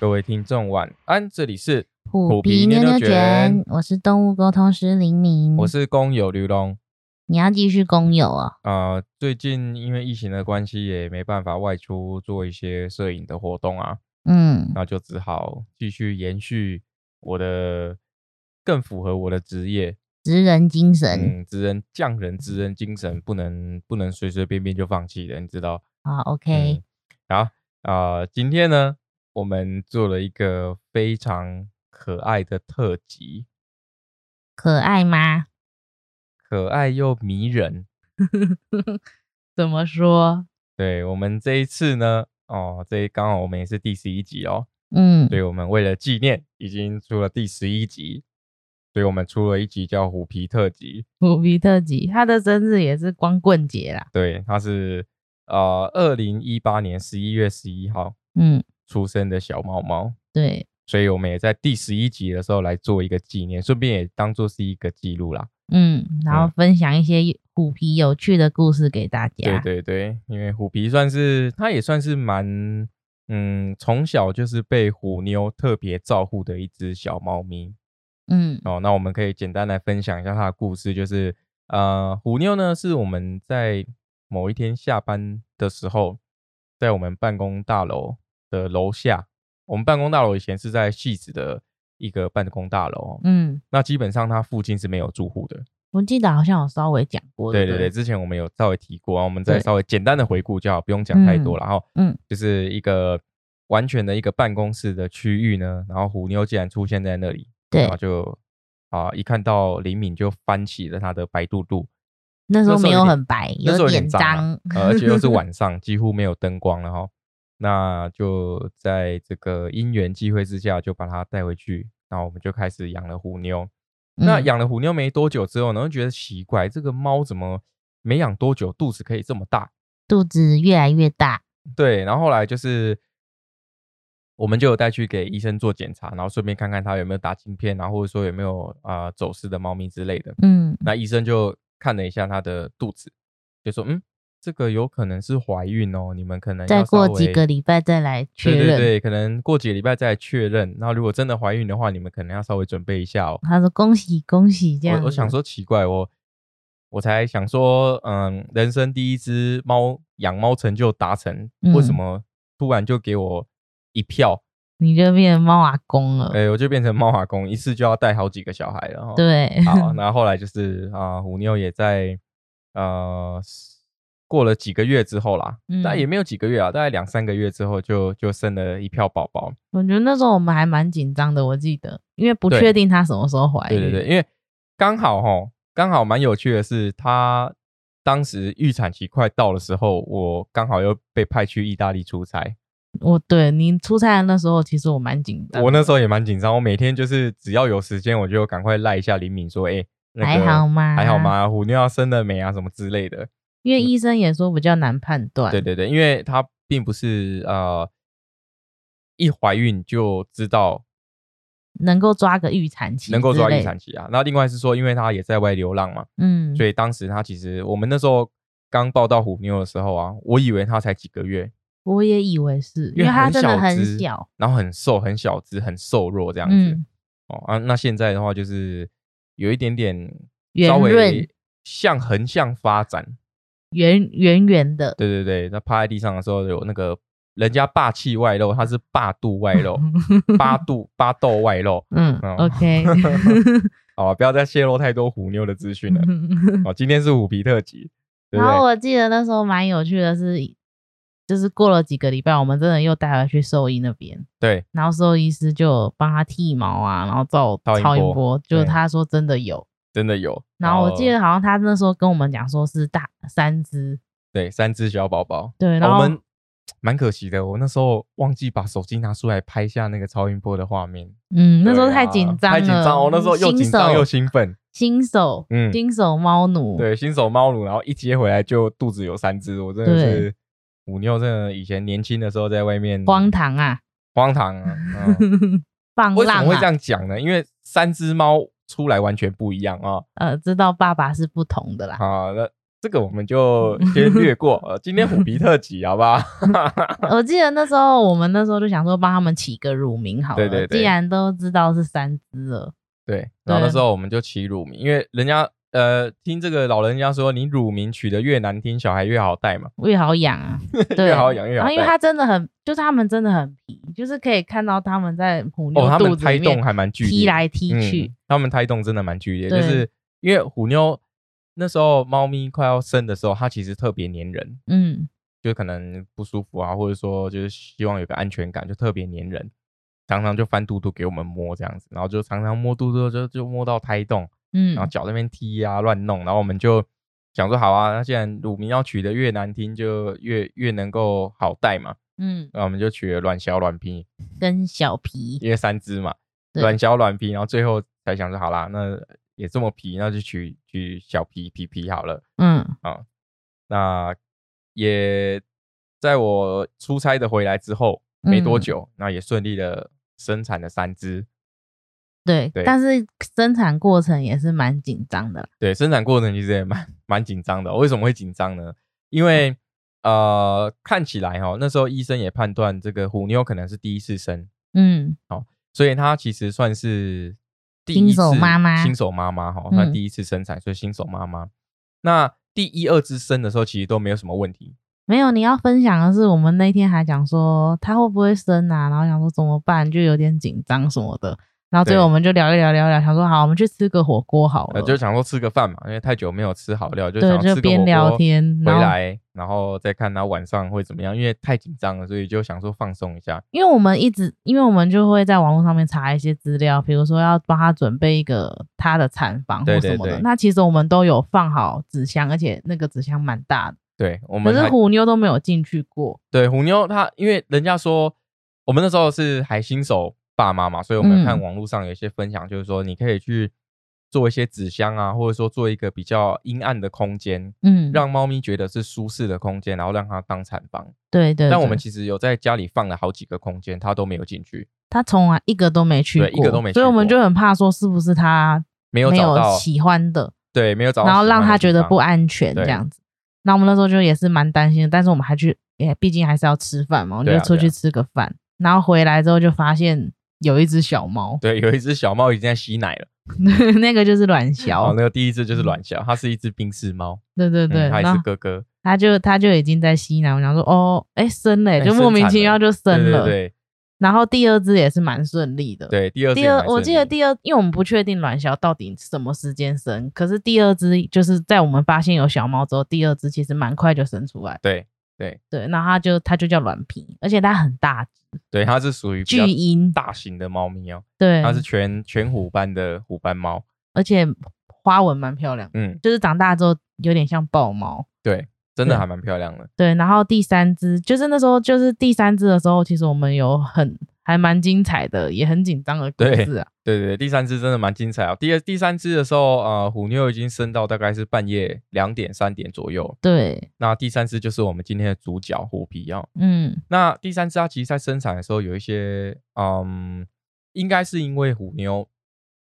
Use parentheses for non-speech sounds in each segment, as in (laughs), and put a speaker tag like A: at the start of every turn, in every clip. A: 各位听众晚安，这里是
B: 虎
A: 皮
B: 皮
A: 妞
B: 妞
A: 妞
B: 妞
A: 卷
B: 卷，我是动物沟通师林明。
A: 我是工友刘龙。
B: 你要继续公友哦。
A: 呃，最近因为疫情的关系，也没办法外出做一些摄影的活动啊，
B: 嗯，
A: 那就只好继续延续我的更符合我的职业，
B: 职人精神。
A: 嗯，职人匠人职人精神，不能不能随随便便就放弃的，你知道？
B: 好
A: 嗯
B: ，OK，，
A: 好，呃，今天呢，我们做了一个非常可爱的特辑，
B: 可爱吗？
A: 可爱又迷人。
B: 怎么说？
A: 对我们这一次呢，哦，这一刚好我们也是第十一集哦，
B: 嗯
A: 所，以我们为了纪念，已经出了第十一集，所以我们出了一集叫虎皮特辑。
B: 虎皮特辑，他的生日也是光棍节啦。
A: 对，他是呃，二零一八年十一月十一号
B: 嗯，
A: 出生的小猫猫，
B: 对，
A: 所以我们也在第十一集的时候来做一个纪念，顺便也当做是一个记录啦。
B: 嗯，然后分享一些虎皮有趣的故事给大
A: 对
B: 家。
A: 对对，因为虎皮算是它也算是蛮嗯，从小就是被虎妞特别照顾的一只小猫咪
B: 嗯
A: 哦。那我们可以简单来分享一下它的故事，就是呃，虎妞呢是我们在某一天下班的时候，在我们办公大楼的楼下，我们办公大楼以前是在戏子的一个办公大楼哦，
B: 嗯，
A: 那基本上它附近是没有住户的。
B: 我记得好像有稍微讲过。
A: 对对
B: 对不
A: 对，，之前我们有稍微提过啊，我们再
B: 对
A: 稍微简单的回顾就好，不用讲太多了。然后，
B: 嗯
A: 就是一个完全的一个办公室的区域呢，然后虎妞竟然出现在那里，然后
B: 对，
A: 就啊、一看到林敏就翻起了他的白肚肚，
B: 那时
A: 那
B: 候
A: 时候
B: 没
A: 有
B: 有
A: 点
B: 很白，
A: 那时候有点
B: 点
A: 脏啊
B: 脏。
A: 呃而且又是晚上，几乎没有灯光了哈。那就在这个因缘际会之下，就把它带回去，然后我们就开始养了虎妞。那
B: (laughs) 嗯
A: 养了虎妞没多久之后呢，就觉得奇怪，这个猫怎么没养多久肚子可以这么大？
B: 肚子越来越大。
A: 对，然后后来就是我们就有带去给医生做检查，然后顺便看看它有没有打晶片，然后或者说有没有啊、呃走失的猫咪之类的。
B: 嗯
A: 那医生就看了一下它的肚子，就说：“嗯，这个有可能是怀孕哦，你们可能
B: 再
A: 要
B: 过
A: 稍
B: 几
A: 微
B: 个礼拜再来确
A: 对对
B: 认。
A: 对，可能过几个礼拜再确认。那如果真的怀孕的话，你们可能要稍微准备一下哦。”
B: 他说恭喜恭喜这样
A: 我我想
B: 子，
A: 说奇怪，我我才想说，嗯，人生第一只猫养猫成就达成，为什
B: 嗯
A: 么突然就给我一票？
B: 你就变成猫阿公了。
A: 哎、我就变成猫阿公，一次就要带好几个小孩了。，
B: 嗯对，
A: 好，那后来就是啊、虎妞也在呃过了几个月之后啦，但也
B: 嗯
A: 没有几个月啊，大概两三个月之后就就生了一票宝宝。
B: 我觉得那时候我们还蛮紧张的，我记得，因为不
A: 对
B: 确定他什么时候怀
A: 对
B: 孕。
A: 对对，因为刚好哈，刚好蛮有趣的是，他当时预产期快到的时候，我刚好又被派去意大利出差。
B: 我对你出差的那时候，其实我蛮紧张的。
A: 我那时候也蛮紧张，我每天就是只要有时间，我就赶快赖一下李敏说：“哎、那
B: 还
A: 个
B: 好吗？
A: 还好？吗？虎妞要生了没啊？什么之类的。
B: 因为医生也说比较难判”断。
A: 对对对，因为她并不是呃一怀孕就知道
B: 能够抓个预产期，
A: 能够抓预产。期啊。那另外是说，因为她也在外流浪嘛，
B: 嗯，
A: 所以当时他其实我们那时候刚抱到虎妞的时候啊，我以为他才几个月，
B: 我也以为是，因
A: 因
B: 为
A: 为
B: 他真的
A: 小
B: 很
A: 只，
B: 小。
A: 然后很瘦，很小只，很瘦弱这样子、
B: 嗯，
A: 哦啊。那现在的话就是有一点点
B: 圆
A: 稍
B: 润
A: 微向横向发展，
B: 圆圆圆的。，
A: 对对对。那趴在地上的时候有那个人家霸气外露，他是霸肚外露
B: (laughs)
A: 八肚八豆外露。
B: 嗯
A: 嗯 (laughs)
B: ，OK。
A: 好吧，不要再泄露太多虎妞的资
B: (laughs)
A: 讯了。哦，今天是虎皮特辑，对不
B: 然后
A: 对？
B: 我记得那时候蛮有趣的是，就是过了几个礼拜，我们真的又带回去兽医那边，
A: 对，
B: 然后兽医师就有帮他剃毛啊，然后照
A: 超音
B: 超音
A: 波
B: 波，就
A: 对哦
B: 他说真的有。
A: 真的有。
B: 然后我记得好像他那时候跟我们讲说是大三只，
A: 对，三只小宝宝。
B: 对，然
A: 哦我
B: 后
A: 们蛮可惜的，我那时候忘记把手机拿出来拍下那个超音波的画面。
B: 嗯，那时候
A: 对啊
B: 太紧张了，
A: 太紧张哦，那时候又
B: 新
A: 紧张
B: 手
A: 又兴奋。
B: 新手，
A: 嗯
B: 新手猫奴，
A: 对，新手猫奴，然后一接回来就肚子有三只，我真的
B: 对
A: 是虎妞，真的以前年轻的时候在外面
B: 荒唐啊，
A: 荒唐
B: (laughs)
A: 啊。嗯
B: 放
A: 为什
B: 浪
A: 么会这
B: 啊，
A: 样讲呢？因为三只猫出来完全不一样啊
B: 呃，知道爸爸是不同的啦，
A: 啊！那这个我们就先略过。呃，今天虎皮特辑，好不好？ (laughs)
B: 我记得那时候我们那时候就想说帮他们起个乳名好了，
A: 对对对
B: 既然都知道是三只了，
A: 对，然后那
B: 对
A: 时候我们就起乳名，因为人家呃听这个老人家说，你乳名取得越难听，小孩越好带嘛，
B: 越好养啊，
A: (laughs)
B: 对，
A: 越好养越
B: 然
A: 好
B: 后因为
A: 带。
B: 它真的很，就是他们真的很皮，就是可以看到他们在虎
A: 哦，
B: 妞
A: 他
B: 肚
A: 们
B: 子里
A: 胎动
B: 面
A: 还蛮剧烈的，
B: 踢来踢
A: 嗯
B: 去，
A: 他们胎动真的蛮剧烈，就
B: 对
A: 是因为虎妞那时候猫咪快要生的时候，它其实特别粘人，
B: 嗯，
A: 就可能不舒服啊，或者说就是希望有个安全感，就特别粘人，常常就翻肚肚给我们摸这样子，然后就常常摸肚肚就就摸到胎动，
B: 嗯
A: 然后脚在那边踢啊乱弄，然后我们就想说好啊，那既然乳名要取得越难听，就越越能够好带嘛，
B: 嗯，
A: 那我们就取了卵小卵皮，
B: 跟小皮，
A: 因为三只嘛，
B: 对
A: 软小软皮，然后最后才想说好啦，那也这么皮，那就取取小皮皮皮好了。
B: 嗯
A: 那也在我出差的回来之后没多
B: 嗯
A: 久，那也顺利的生产了三只。
B: 对，
A: 对
B: 但是生产过程也是蛮紧张的啦，
A: 对，生产过程其实也蛮蛮紧张的哦。为什么会紧张呢？因
B: 嗯
A: 为呃，看起来哈、哦，那时候医生也判断这个虎妞可能是第一次生，
B: 嗯
A: 所以她其实算是第
B: 新
A: 一
B: 手
A: 次
B: 妈妈
A: 新手妈妈哈，她
B: 嗯
A: 第一次生产，所以新手妈妈。那第一、二次生的时候，其实都没有什么问题。
B: 没有，你要分享的是，我们那天还讲说他会不会生啊，然后想说怎么办，就有点紧张什么的。然后最后
A: 对
B: 我们就聊一聊，聊一聊，想说好，我们去吃个火锅好了，
A: 呃，就想说吃个饭嘛，因为太久没有吃好料，就
B: 哦对
A: 想
B: 就
A: 要吃个
B: 边
A: 火
B: 聊
A: 锅
B: 天
A: 回
B: 然后
A: 来，然后再看他晚上会怎么样，因为太紧张了，所以就想说放松一下。
B: 因为我们一直，因为我们就会在网络上面查一些资料，比如说要帮他准备一个他的产房
A: 对
B: 或
A: 对
B: 什么的。
A: 对
B: 那其实我们都有放好纸箱，而且那个纸箱蛮大的，
A: 对我
B: 可
A: 们
B: 是
A: 还
B: 虎妞都没有进去过。
A: 对虎妞她，因为人家说我们那时候是还新手爸妈嘛，所以我们
B: 嗯
A: 看网络上有一些分享，就是说你可以去做一些纸箱啊，或者说做一个比较阴暗的空间，
B: 嗯，
A: 让猫咪觉得是舒适的空间，然后让它当产房。
B: 对对
A: 但我们
B: 对
A: 其实有在家里放了好几个空间，它都没有进去，
B: 他从来一个都没去过，
A: 对一个都没去
B: 所以我们
A: 过
B: 就很怕说是不是他
A: 没有
B: 没
A: 找
B: 有
A: 到，
B: 喜欢的，
A: 对，没有找到，
B: 然后让他觉得不。安全
A: 对
B: 这样子。那我们那时候就也是蛮担心的，但是我们还去，也毕竟还是要吃饭嘛，我们
A: 对
B: 就
A: 啊
B: 出
A: 对
B: 去
A: 啊
B: 吃个饭，然后回来之后就发现有一只小猫， (laughs)
A: 对，有一只小猫已经在吸奶了。
B: 那个就是卵
A: 哦
B: 小，，
A: 那个第一只就是卵小，它是一只冰室猫，
B: 对对嗯对，
A: 嗯它也
B: 然
A: 是
B: 后
A: 哥哥，
B: 他就他就已经在吸奶，我想说哦，哎生了耶，
A: 哎
B: 就莫
A: 生
B: 名
A: 产
B: 其
A: 了
B: 妙就
A: 对
B: 生
A: 对
B: 了，
A: 对
B: 然后第二只也是蛮顺利的，
A: 对，第二只
B: 第
A: 也
B: 二
A: 蛮，
B: 我
A: 顺
B: 记得
A: 利
B: 第二，因为我们不确定卵小到底什么时间生，可是第二只就是在我们发现有小猫之后，第二只其实蛮快就生出来。
A: 对
B: 对，然后它就它就叫卵皮，而且它很大只，
A: 对，它是属于比较
B: 巨婴，嗯
A: 大型的猫咪哦，
B: 对，
A: 它是全全虎斑的虎斑猫，
B: 而且花纹蛮漂亮，
A: 嗯，
B: 就是长大之后有点像豹猫。
A: 对，真的
B: 对
A: 还蛮漂亮的，
B: 对，然后第三只就是那时候就是第三只的时候，其实我们有很还蛮精彩的，也很紧张的故
A: 对
B: 事啊。
A: 对对，对第三只真的蛮精彩哦，第二第三只的时候，呃，虎妞已经生到大概是半夜两点三点左右，
B: 对，
A: 那第三只就是我们今天的主角虎皮哦，
B: 嗯
A: 那第三只它其实在生产的时候有一些，嗯，应该是因为虎妞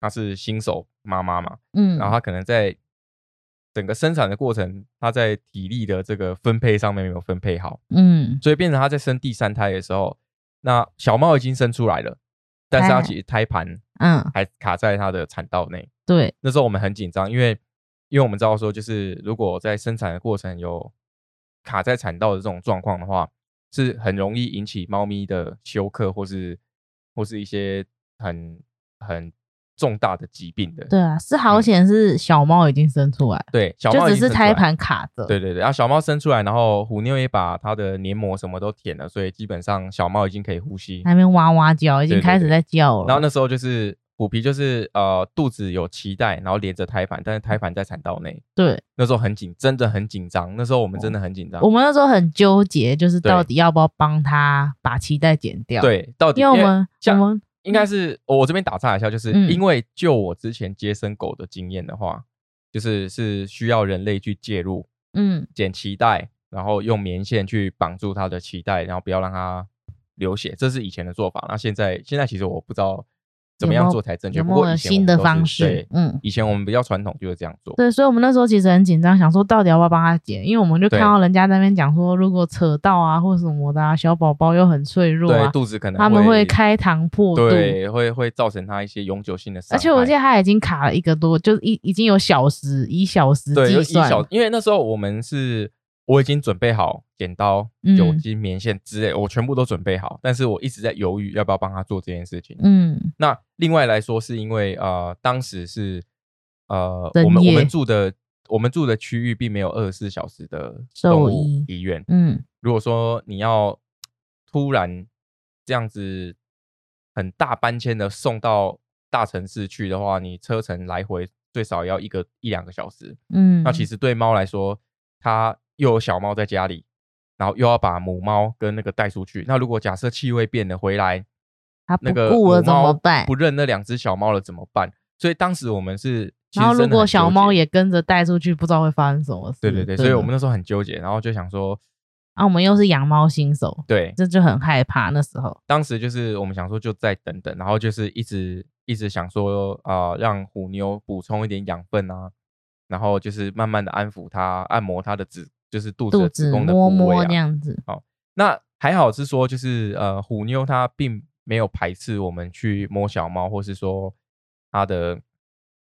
A: 她是新手妈妈嘛。
B: 嗯，
A: 然后它可能在整个生产的过程，它在体力的这个分配上面没有分配好，
B: 嗯
A: 所以变成它在生第三胎的时候，那小猫已经生出来了，但是它
B: 胎
A: 其实胎盘
B: 嗯，
A: 还卡在它的产道内。
B: 对，
A: 那时候我们很紧张，因为因为我们知道说，就是如果在生产的过程有卡在产道的这种状况的话，是很容易引起猫咪的休克或是或是一些很很重大的疾病的。
B: 对啊，是好险是小猫已经生出来，
A: 对，嗯小
B: 就
A: 猫已经
B: 只
A: 生
B: 是
A: 出来
B: 胎
A: 了
B: 盘卡着。
A: 对对对，然、啊后小猫生出来，然后虎妞也把它的黏膜什么都舔了，所以基本上小猫已经可以呼吸。
B: 那边哇哇叫，已经
A: 对对
B: 开始在叫了。
A: 然后那时候就是虎皮，就是呃肚子有脐带，然后连着胎盘，但是胎盘在产道内。
B: 对
A: 那时候很紧，真的很紧张。那时候我们真的
B: 哦
A: 很紧张。
B: 我们那时候很纠结，就是
A: 对
B: 到底要不要帮他把脐带剪掉？，
A: 对，到底
B: 因为我们我
A: 像
B: 们
A: 应该是我我这边打岔一下，就是
B: 嗯
A: 因为就我之前接生狗的经验的话，就是是需要人类去介入，
B: 嗯
A: 剪脐带，然后用棉线去绑住它的脐带，然后不要让它流血，这是以前的做法。那现在现在其实我不知道怎么样做才正确。
B: 有
A: 不
B: 没
A: 过
B: 有
A: 以前
B: 新
A: 我们
B: 的
A: 都是
B: 方式
A: 对？
B: 嗯，
A: 以前我们比较传统就是这样做。
B: 对，所以我们那时候其实很紧张，想说到底要不要帮他剪，因为我们就看
A: 对
B: 到人家在那边讲说，如果扯到啊或什么的啊，小宝宝又很脆弱
A: 对，
B: 啊，
A: 肚子可能
B: 他们会开膛破肚。
A: 对，会会造成他一些永久性的伤害。
B: 而且我记得他已经卡了一个多，就是已已经有小时以小时
A: 对，
B: 计
A: 一小
B: 算，，
A: 因为那时候我们是我已经准备好剪刀、
B: 嗯
A: 酒精、棉线之类，我全部都准备好，但是我一直在犹豫要不要帮他做这件事情。
B: 嗯，
A: 那另外来说，是因为呃，当时是呃，
B: 深
A: 我们我
B: 夜
A: 们住的我们住的区域并没有二十四小时的动
B: 兽
A: 物
B: 医
A: 医院。
B: 嗯，
A: 如果说你要突然这样子很大搬迁的送到大城市去的话，你车程来回最少要一个一两个小时。
B: 嗯，
A: 那其
B: 实
A: 实对猫来说，它又有小猫在家里，然后又要把母猫跟那个带出去。那如果假设气味变了回来，
B: 他
A: 那
B: 不
A: 个
B: 顾了
A: 母
B: 怎
A: 猫
B: 么办
A: 不认那两只小猫了怎么办？所以当时我们是，其
B: 然后
A: 实
B: 如
A: 真的
B: 果
A: 很纠
B: 小猫
A: 结
B: 也跟着带出去，不知道会发生什么事。
A: 对对对，所以
B: 真
A: 我
B: 的
A: 们那时候很纠结，然后就想说，
B: 啊，我们又是养猫新手，
A: 对，
B: 这就很害怕那时候。
A: 当时就是我们想说就再等等，然后就是一直一直想说啊、呃让虎妞补充一点养分啊，然后就是慢慢的安抚它，按摩它的子，就是肚子
B: 肚
A: 的子
B: 子
A: 宫的
B: 摸
A: 部位
B: 摸
A: 啊。
B: 那样子，
A: 那还好是说就是呃虎妞它并没有排斥我们去摸小猫，或是说它的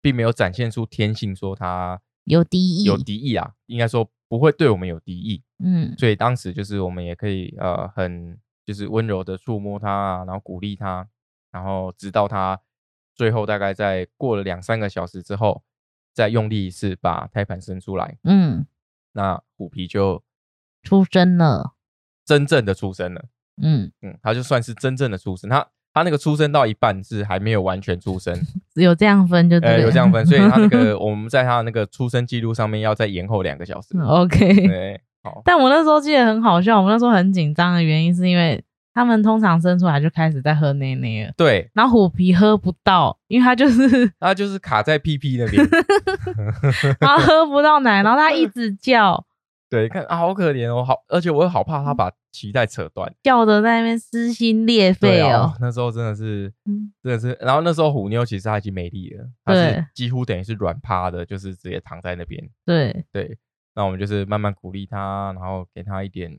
A: 并没有展现出天性说它
B: 有敌意
A: 有敌意啊，应该说不会对我们有敌意。
B: 嗯
A: 所以当时就是我们也可以呃很就是温柔的触摸它啊，然后鼓励它，然后直到它最后大概在过了两三个小时之后，再用力一次把胎盘伸出来，
B: 嗯，
A: 那虎皮就
B: 出生了，
A: 真正的出生了。
B: 嗯，
A: 嗯，它就算是真正的出生，它它那个出生到一半是还没有完全出生，
B: 有这样分 (laughs) 就对了、
A: 呃，有这样分，所以它那个我们在它那个出生记录上面要再延后两个小时。
B: (laughs) 嗯 OK。
A: 对，好，
B: 但我那时候记得很好笑，我们那时候很紧张的原因是因为他们通常生出来就开始在喝奶奶了，
A: 对，
B: 然后虎皮喝不到，因为他就是 (laughs)
A: 它就是卡在屁屁那边。
B: 他喝不到奶，然后他一直叫。
A: 对，看啊，好可怜哦，好，而且我又好怕他
B: 嗯
A: 把脐带扯断。
B: 叫的在那边撕心裂
A: 对
B: 肺
A: 啊
B: 哦，，
A: 那时候真的是
B: 嗯，
A: 真的是，然后那时候虎妞其实她已经没力了，她
B: 对
A: 是几乎等于是软趴的，就是直接躺在那边。
B: 对，
A: 对，那我们就是慢慢鼓励她，然后给她一点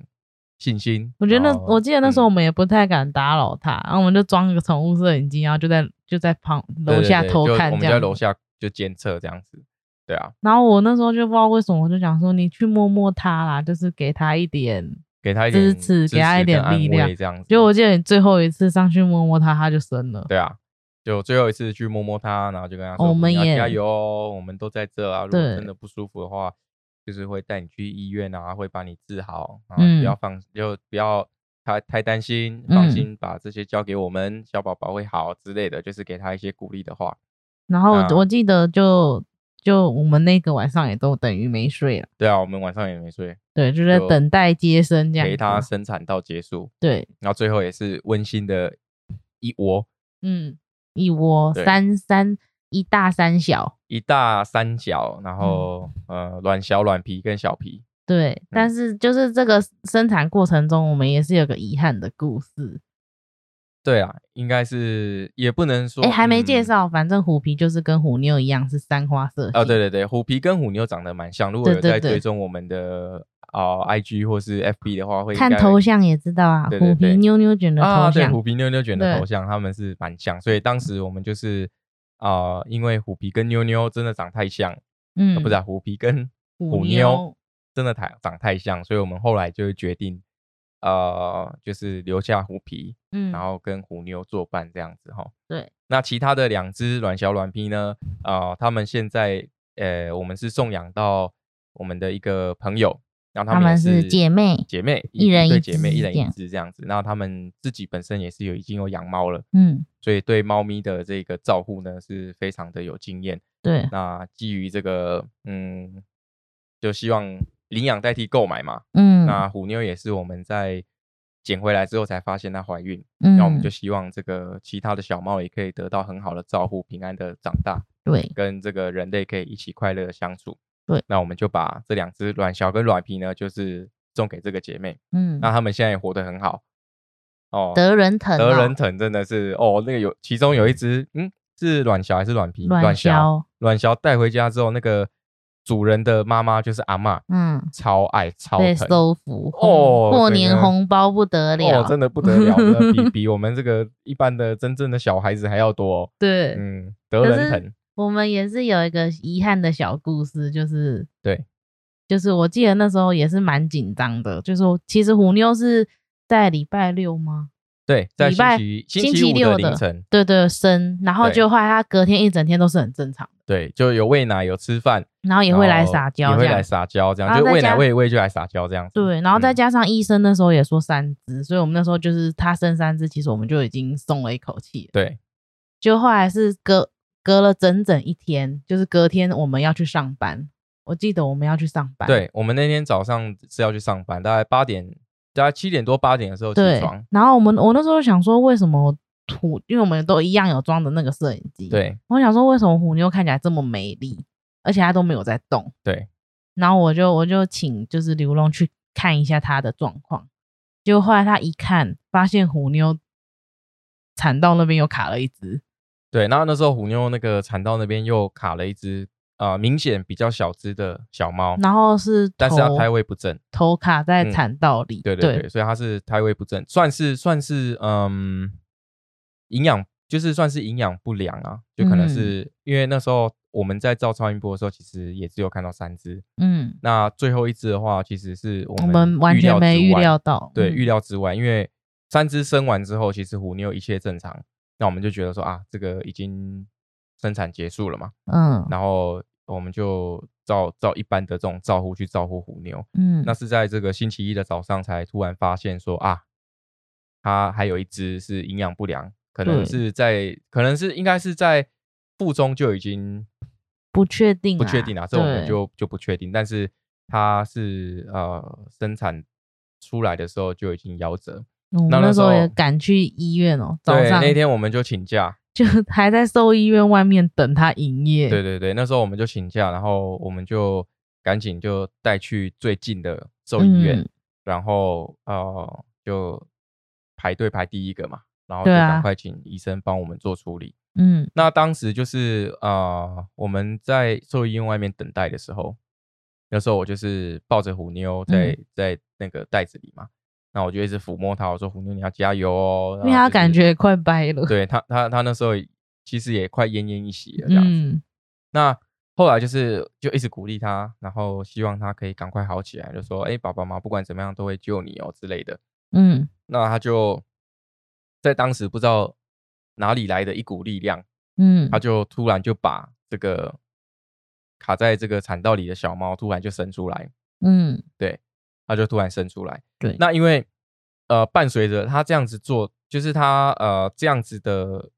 A: 信心。
B: 我觉得
A: 然
B: 那
A: 后
B: 我记得那时候
A: 嗯
B: 我们也不太敢打扰他，然后我们就装一个宠物摄影机，然后就在就在旁楼
A: 对对
B: 下
A: 对
B: 偷
A: 就
B: 看
A: 我
B: 这
A: 们
B: 样
A: 在
B: 子。
A: 楼下就监测这样子。对啊，
B: 然后我那时候就不知道为什么，我就想说你去摸摸它啦，就是给它一点。
A: 给她一点
B: 支持给她
A: 跟
B: 一点
A: 安
B: 力量
A: 慰这样子。
B: 就我记得你最后一次上去摸摸它，它就生了。
A: 对啊，就最后一次去摸摸它，然后就跟他说：“
B: 我们
A: 你要
B: 也
A: 加油哦，我们都在这啊。如果
B: 对
A: 真的不舒服的话，就是会带你去医院啊，会把你治好，然后不要放，就不要太太担心，放
B: 嗯
A: 心把这些交给我们，小宝宝会好之类的，就是给他一些鼓励的话。
B: 然后
A: 啊
B: 我记得就就我们那个晚上也都等于没睡了，
A: 对啊，我们晚上也没睡，
B: 对，就在
A: 就
B: 等待接生这样子。
A: 陪他生产到结束，
B: 对，
A: 然后最后也是温馨的一窝，
B: 嗯，一窝
A: 对
B: 三三一大三小。
A: 一大三小，
B: 嗯
A: 然后、呃卵小、卵皮跟小皮，
B: 对，
A: 嗯
B: 但是就是这个生产过程中，我们也是有个遗憾的故事。
A: 对啊，应该是也不能说，
B: 哎、还没介
A: 嗯
B: 绍，反正虎皮就是跟虎妞一样是三花色
A: 啊，
B: 系
A: 对对对，虎皮跟虎妞长得蛮像。如果
B: 对
A: 有
B: 对
A: 在
B: 对
A: 追踪我们的啊、呃 IG 或是 FB 的话，会应
B: 看
A: 该
B: 头像也知道啊，
A: 对对
B: 虎
A: 对
B: 皮妞妞卷的
A: 啊，
B: 头
A: 对，
B: 像，
A: 虎皮妞妞卷的
B: 对
A: 头像，他们是蛮像。所以当时我们就是啊、呃因为虎皮跟妞妞真的长太像，
B: 嗯，
A: 啊不是、啊、虎皮跟
B: 虎
A: 妞
B: 妞
A: 真的太长太像，所以我们后来就决定呃，就是留下虎皮，
B: 嗯，
A: 然后跟虎妞作伴这样子哈。
B: 对，
A: 那其他的两只卵小卵批呢？啊、他们现在呃，我们是送养到我们的一个朋友，然后
B: 她
A: 们也
B: 们是姐妹
A: 姐妹
B: 一人
A: 对
B: 一
A: 姐妹，
B: 只
A: 一人
B: 这
A: 一
B: 样
A: 只这样子。那他们自己本身也是有已经有养猫了，
B: 嗯，
A: 所以对猫咪的这个照护呢是非常的有经验。
B: 对，
A: 那基于这个，嗯，就希望领养代替购买嘛。
B: 嗯
A: 那虎妞也是我们在捡回来之后才发现她怀孕，
B: 嗯，
A: 那我们就希望这个其他的小猫也可以得到很好的照顾，平安的长大，
B: 对
A: 跟这个人类可以一起快乐的相处。
B: 对，
A: 那我们就把这两只卵小跟卵皮呢，就是送给这个姐妹。
B: 嗯
A: 那她们现在也活得很好，哦，
B: 得人疼、哦，
A: 啊得人疼真的是哦，那个有其中有一只，嗯，是卵小还是卵皮？
B: 卵
A: 小，
B: 枭，
A: 卵小带回家之后，那个主人的妈妈就是阿嬷，
B: 嗯，
A: 超爱超
B: 被
A: 疼。
B: 收服
A: 哦
B: 过
A: 这
B: 年
A: 个
B: 红包不得了，
A: 哦，真的不得
B: (laughs)
A: 了，真的比比我们这个一般的真正的小孩子还要
B: (laughs)
A: 多、哦。
B: 对。
A: 嗯，得
B: 可
A: 人
B: 是
A: 疼，
B: 我们也是有一个遗憾的小故事，就是
A: 对，
B: 就是我记得那时候也是蛮紧张的，就是我其实虎妞是在礼拜六吗？
A: 对，在
B: 礼
A: 星
B: 拜
A: 期
B: 星期
A: 期五
B: 六的
A: 凌晨，
B: 对对，生，然后
A: 对
B: 就后来他隔天一整天都是很正常
A: 对，就有喂奶，有吃饭，
B: 的，然后也会来撒
A: 哦
B: 娇
A: 也
B: 这
A: 会
B: 样
A: 来。撒娇，这样
B: 然
A: 就
B: 后再
A: 喂奶
B: 加
A: 喂一喂就来撒娇这样子。
B: 对，然后再
A: 嗯
B: 加上医生那时候也说三只，所以我们那时候就是他生三只，其实我们就已经松了一口气了。
A: 对
B: 就后来是隔隔了整整一天，就是隔天我们要去上班，我记得我们要去上班。
A: 对，我们那天早上是要去上班，大概八点，大概七点多八点的时候起
B: 对
A: 床。，
B: 然后我们我那时候想说，为什么虎，因为我们都一样有装的那个摄影机，，
A: 对
B: 我想说为什么虎妞看起来这么美丽，而且她都没有在动，
A: 对，
B: 然后我就我就请就是刘龙去看一下她的状况，结果后来他一看，发现虎妞产道那边又卡了一只，
A: 对，然后那时候虎妞那个产道那边又卡了一只呃明显比较小只的小猫，
B: 然后是
A: 哦但是它
B: 头
A: 胎位不正，
B: 头卡在
A: 嗯
B: 产道里，
A: 对对对，所以它是胎位不正，算是算是嗯营养就是算是营养不良啊，就可能
B: 嗯
A: 是、因为那时候我们在照超音波的时候，其实也只有看到三只，
B: 嗯，
A: 那最后一只的话，其实是我
B: 我
A: 们
B: 们完全没
A: 预料之
B: 预
A: 外
B: 料到，
A: 对，
B: 嗯
A: 预料之外，因为三只生完之后，其实虎妞一切正常，那我们就觉得说啊，这个已经生产结束了嘛，
B: 嗯
A: 然后我们就照照一般的这种照护去照顾虎妞。
B: 嗯，
A: 那是在这个星期一的早上才突然发现说啊，它还有一只是营养不良，可能
B: 对
A: 是在，可能是应该是在腹中就已经
B: 不确定
A: 不确
B: 啦
A: 定啊，这我们
B: 嗯对
A: 就就不确定。但是它是呃生产出来的时候就已经夭折。
B: 我们
A: 那那
B: 那时候
A: 时
B: 也
A: 候
B: 赶去医院哦，早
A: 对，
B: 上
A: 那天我们就请假。
B: 就还在兽医院外面等他营业。
A: 对对对，那时候我们就请假，然后我们就赶紧就带去最近的兽医院，
B: 嗯
A: 然后呃就排队排第一个嘛，然后就
B: 对啊
A: 赶快请医生帮我们做处理。
B: 嗯，
A: 那当时就是呃，我们在兽医院外面等待的时候，那时候我就是抱着虎妞在、
B: 嗯
A: 在那个袋子里嘛，那我就一直抚摸它，我说虎妞你要加油哦，然
B: 因为
A: 后就
B: 他
A: 是
B: 感觉快掰了。
A: 对它它它那时候也其实也快奄奄一息了这样子。
B: 嗯，
A: 那后来就是就一直鼓励它，然后希望它可以赶快好起来，就说哎、爸爸妈妈不管怎么样都会救你哦之类的。
B: 嗯
A: 那他就在当时不知道哪里来的一股力量。
B: 嗯
A: 他就突然就把这个卡在这个产道里的小猫突然就伸出来，
B: 嗯，
A: 它就突然伸出来。
B: 对
A: 那因为呃，伴随着他这样子做，就是他呃这样子的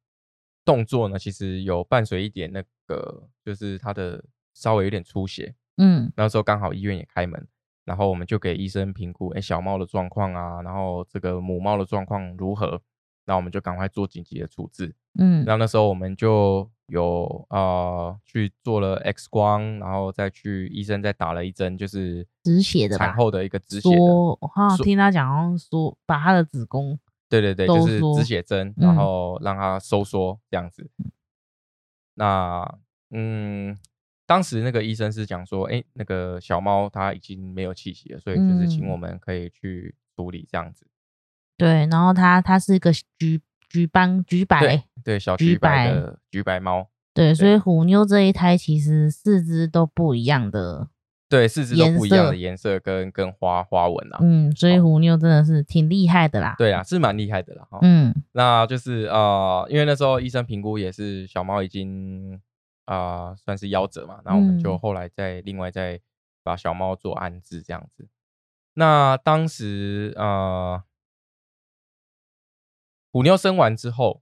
A: 动作呢，其实有伴随一点那个，就是他的稍微有点出血。
B: 嗯
A: 那时候刚好医院也开门，然后我们就给医生评估，哎、小猫的状况啊，然后这个母猫的状况如何，那我们就赶快做紧急的处置。
B: 嗯
A: 然后那时候我们就有呃去做了 X 光，然后再去医生再打了一针，就是
B: 止血的
A: 产
B: 吧
A: 后的一个止血的，
B: 说，我好像
A: 缩
B: 听他讲，好像说把他的子宫，
A: 对对对，就
B: 收
A: 是
B: 缩
A: 止血针，然
B: 嗯
A: 后让它收缩这样子。那嗯，当时那个医生是讲说，哎，那个小猫它已经没有气息了，所以就是请
B: 嗯
A: 我们可以去处理这样子。
B: 对，然后他他是个橘橘斑橘
A: 对
B: 白，
A: 对，小
B: 橘
A: 橘白
B: 白
A: 的橘白猫，
B: 对，所以虎妞这一胎其实四肢都不一样的，
A: 对，四肢都
B: 颜
A: 不一样
B: 色
A: 的颜色跟跟花花纹啊。
B: 嗯，所以
A: 哦
B: 虎妞真的是挺厉害的啦。
A: 对啊，是蛮厉害的啦。哈。
B: 嗯
A: 那就是呃，因为那时候医生评估也是小猫已经啊、呃算是夭折嘛，然后我们就
B: 嗯
A: 后来再另外再把小猫做安置这样子。那当时呃，虎妞生完之后，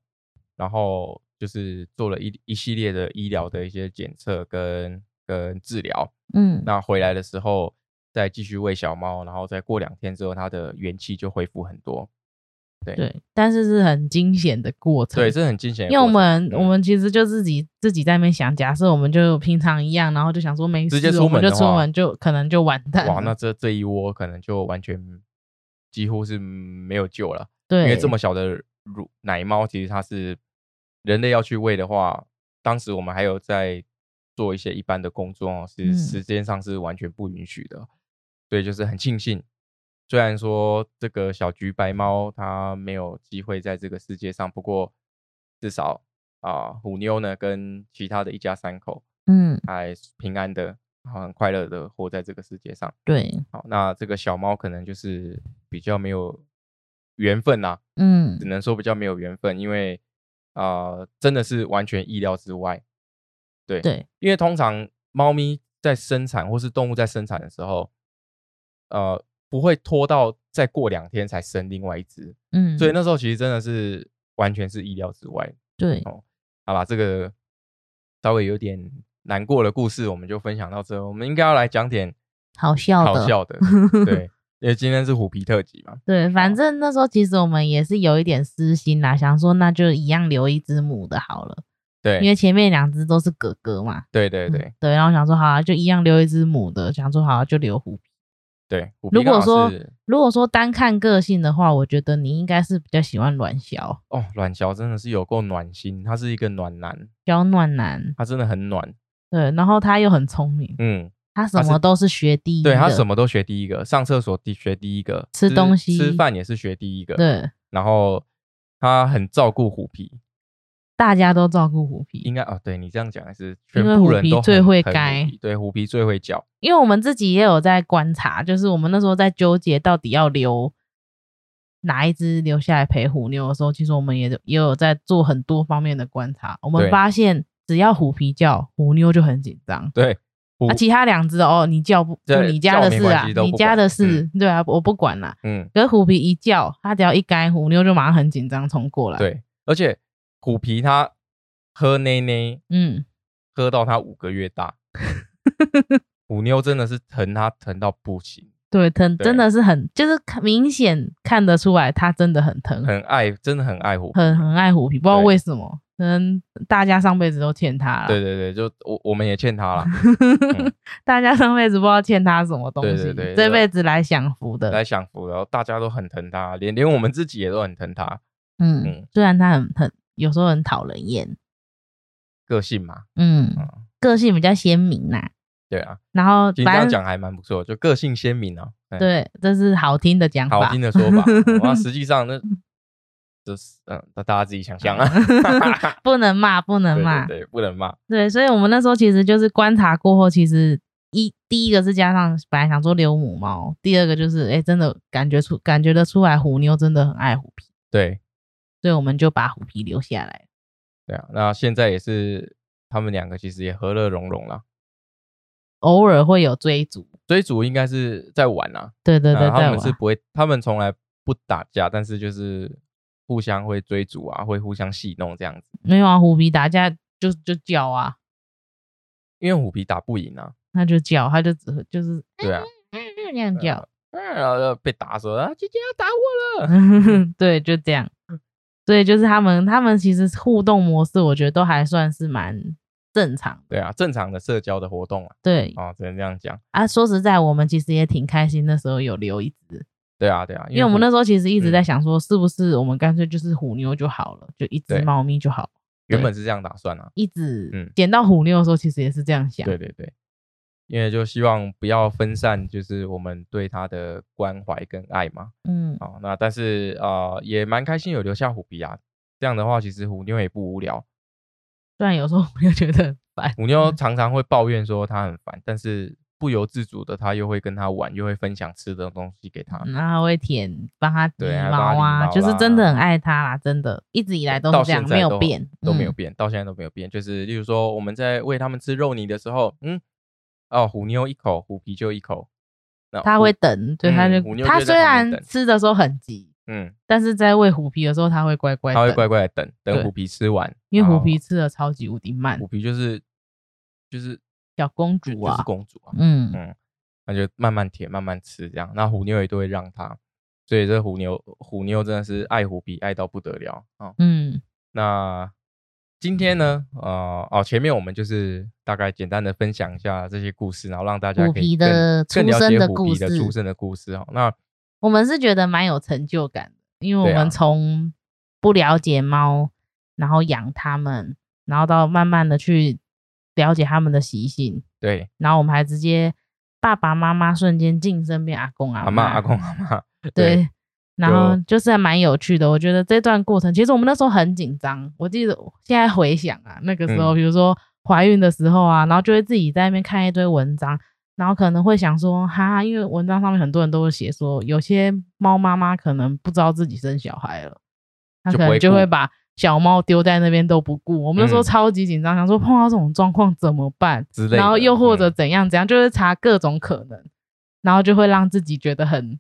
A: 然后就是做了一一系列的医疗的一些检测跟跟治疗。
B: 嗯，
A: 那回来的时候再继续喂小猫，然后再过两天之后，它的元气就恢复很多。
B: 对，但是是很惊险的过程，
A: 对，这很惊险的过程。
B: 因为我们我
A: 嗯
B: 们其实就自己自己在那边想，假设我们就平常一样，然后就想说没事，
A: 直接出
B: 我
A: 门
B: 们
A: 的
B: 就出
A: 话
B: 门就可能就完蛋了。
A: 哇，那这这一窝可能就完全几乎是没有救了。
B: 对，
A: 因为这么小的乳奶猫，其实它是人类要去喂的话，当时我们还有在做一些一般的工作哦，是
B: 嗯
A: 时间上是完全不允许的，所以就是很庆幸，虽然说这个小橘白猫它没有机会在这个世界上，不过至少啊、虎妞呢跟其他的一家三口
B: 嗯，
A: 还平安的。然后很快乐的活在这个世界上。
B: 对，
A: 好，那这个小猫可能就是比较没有缘分啦、
B: 嗯
A: 只，能说比较没有缘分，因为呃，真的是完全意料之外。对，
B: 对，
A: 因为通常猫咪在生产或是动物在生产的时候，呃，不会拖到再过两天才生另外一只，
B: 嗯，
A: 所以那时候其实真的是完全是意料之外。
B: 对，
A: 哦好吧，这个稍微有点难过的故事，我们就分享到这。我们应该要来讲点
B: 好笑的，
A: 好笑
B: (laughs)
A: 的，对，因为今天是虎皮特辑嘛。
B: 对，反正那时候其实我们也是有一点私心啦，想说那就一样留一只母的好了，
A: 对，
B: 因为前面两只都是哥哥嘛。
A: 对对对、
B: 嗯对，然后想说好啊，就一样留一只母的，想说好啊，就留虎皮。
A: 对，虎皮
B: 如果
A: 刚好
B: 说
A: 是
B: 如果说单看个性的话，我觉得你应该是比较喜欢软小
A: 哦，阮小真的是有够暖心，他是一个暖男，
B: 小暖男，
A: 他真的很暖。
B: 对，然后他又很聪明，
A: 嗯，
B: 他什
A: 是
B: 么都是学第一的，
A: 对他什
B: 么
A: 么都学第一个，上厕所第学第一个，
B: 吃东西
A: 吃饭也是学第一个。，
B: 对，
A: 然后他很照顾虎皮，
B: 大家都照顾虎皮，
A: 应该哦，对你这样讲也是，全
B: 因为
A: 部
B: 虎
A: 人
B: 皮
A: 都
B: 最
A: 很
B: 会
A: 很虎
B: 该
A: 皮对，虎皮最会叫。
B: 因为我们自己也有在观察，就是我们那时候在纠结到底要留哪一只留下来陪虎妞的时候，其实我们也有也有在做很多方面的观察。我们
A: 对
B: 发现，只要虎皮叫，虎妞就很紧张。
A: 对，虎
B: 啊，其他两只哦，你叫不
A: 对
B: 就你家的
A: 叫没
B: 事
A: 关
B: 啊
A: 系都，不
B: 你家
A: 管
B: 的事，对啊，我不管啦。
A: 嗯，
B: 可是虎皮一叫，它只要一该，虎妞就马上很紧张冲过来。，
A: 对，而且虎皮他喝奶奶
B: 嗯，
A: 喝到他五个月
B: (laughs)
A: 大，虎妞真的是疼他疼到不行，
B: 对，疼
A: 对
B: 真的是很，就是看明显看得出来，它真的很疼，
A: 很爱，真的很爱虎皮。
B: 很很爱虎皮，不知道
A: 对
B: 为什么，可能大家上辈子都欠他了。
A: 对对对，就我我们也欠
B: (laughs)
A: 他啦。嗯
B: 大家上辈子不知道欠他什么东西，
A: 对对对
B: 这辈子来享福的。
A: 来享福，然后大家都很疼他，连连我们自己也都很疼他，
B: 嗯，
A: 嗯
B: 虽然他很很有时候很讨人厌，
A: 个性嘛，
B: 嗯，
A: 嗯
B: 个性比较鲜明呐、
A: 对啊，
B: 然后
A: 其实这
B: 反
A: 样
B: 正
A: 讲还蛮不错，就个性鲜明啊，嗯，
B: 对，这是好听的讲法。
A: 好听的
B: (laughs)
A: 说法，哇，实际上那就是嗯，大家自己想象啊， (laughs)
B: 不能骂，不 (laughs) 能
A: 对
B: 骂。
A: 对对，不能骂，
B: 对，所以我们那时候其实就是观察过后，其实一第一个是加上本来想说留母猫，第二个就是哎、诶真的感觉出感觉得出来虎妞真的很爱虎皮，
A: 对
B: 所以我们就把虎皮留下来。
A: 对啊，那现在也是他们两个其实也和乐融融啦，
B: 偶尔会有追逐，
A: 追逐应该是在玩啦，
B: 对对对，
A: 啊
B: 在
A: 他
B: 玩
A: 们是不会，他们从来不打架，但是就是互相会追逐啊，会互相戏弄这样子，
B: 没有啊，虎皮打架就就叫啊，
A: 因为虎皮打不赢啊，
B: 那就叫，他就只会就是
A: 对啊。
B: 嗯 (laughs) 那样叫，
A: 嗯，然后就被打说啊，姐姐要打我了。
B: (laughs) 对，就这样。
A: 嗯
B: 所以就是他们，他们其实互动模式，我觉得都还算是蛮正常的。
A: 对啊，正常的社交的活动啊，
B: 对
A: 哦，只能这样讲。
B: 啊，说实在，我们其实也挺开心，那时候有留一只，
A: 对啊，对啊，
B: 因为我们那
A: 虎
B: 时候其实一直在想说，是不是我们干脆就是虎妞就好了，就一只
A: 对
B: 猫咪就好。
A: 原本是这样打算啊。
B: 一直
A: 嗯
B: 捡到虎妞的时候，其实也是这样想。
A: 对对啊对，因为就希望不要分散，就是我们对它的关怀跟爱嘛。
B: 嗯，
A: 哦，那但是呃，也蛮开心有留下虎皮啊。这样的话，其实虎妞也不无聊。
B: 虽然有时候我又觉得很
A: (laughs)
B: 烦。
A: 虎妞常常会抱怨说它很烦，但是不由自主的，它又会跟它玩，又会分享吃的东西给它。
B: 嗯然后还会舔，帮他理
A: 对还帮他
B: 毛
A: 理
B: 啊，
A: 毛
B: 就是真的
A: 啦
B: 很爱他啦，真的，一直以来都
A: 到
B: 是这
A: 现
B: 样，
A: 在
B: 没有
A: 都
B: 变，
A: 都没有
B: 嗯
A: 变，到现在都没有变。就是例如说，我们在喂他们吃肉泥的时候，嗯，哦，虎妞一口，虎皮就一口，那
B: 他
A: 虎
B: 会，等，对，他
A: 嗯
B: 就
A: 虎妞
B: 他
A: 就在
B: 虽
A: 旁边
B: 然
A: 等
B: 吃的时候很急，
A: 嗯，
B: 但是在喂虎皮的时候，他会乖乖，
A: 它会乖，乖地等，等
B: 对
A: 虎皮吃完，
B: 因为
A: 然
B: 虎
A: 后
B: 皮吃的超级无敌慢
A: 虎，皮就是就是
B: 小公
A: 就
B: 主
A: 就是
B: 啊，
A: 公主啊，
B: 嗯
A: 嗯那就慢慢舔，慢慢吃这样。那虎妞也都会让它，所以这虎妞虎妞真的是爱虎皮爱到不得了啊、哦
B: 嗯，
A: 那今天呢，呃，哦，前面我们就是大概简单的分享一下这些故事，然后让大家
B: 虎
A: 可以
B: 皮
A: 更
B: 的
A: 更
B: 出
A: 了
B: 生
A: 解
B: 的
A: 虎皮
B: 故
A: 的
B: 事
A: 出生的故事哦。那
B: 我们是觉得蛮有成就感的，因为我
A: 对啊
B: 们从不了解猫，然后养它们，然后到慢慢的去了解它们的习性，
A: 对，
B: 然后我们还直接爸爸妈妈瞬间晋升变阿公
A: 阿
B: 阿
A: 妈、
B: 妈
A: 阿公、阿妈，
B: (laughs) 对，然后
A: 就
B: 就是还蛮有趣的。我觉得这段过程，其实我们那时候很紧张。我记得我现在回想啊，那个时
A: 嗯
B: 候，比如说怀孕的时候啊，然后就会自己在那边看一堆文章，然后可能会想说，哈，因为文章上面很多人都会写说，有些猫妈妈可能不知道自己生小孩了，她
A: 就不
B: 可能
A: 会
B: 就会
A: 顾
B: 把小猫丢在那边都不顾。我们那时候
A: 嗯
B: 超级紧张，想说碰到这种状况怎么办？
A: 之类的，
B: 然后又或者
A: 嗯
B: 怎样怎样，就是查各种可能，然后就会让自己觉得很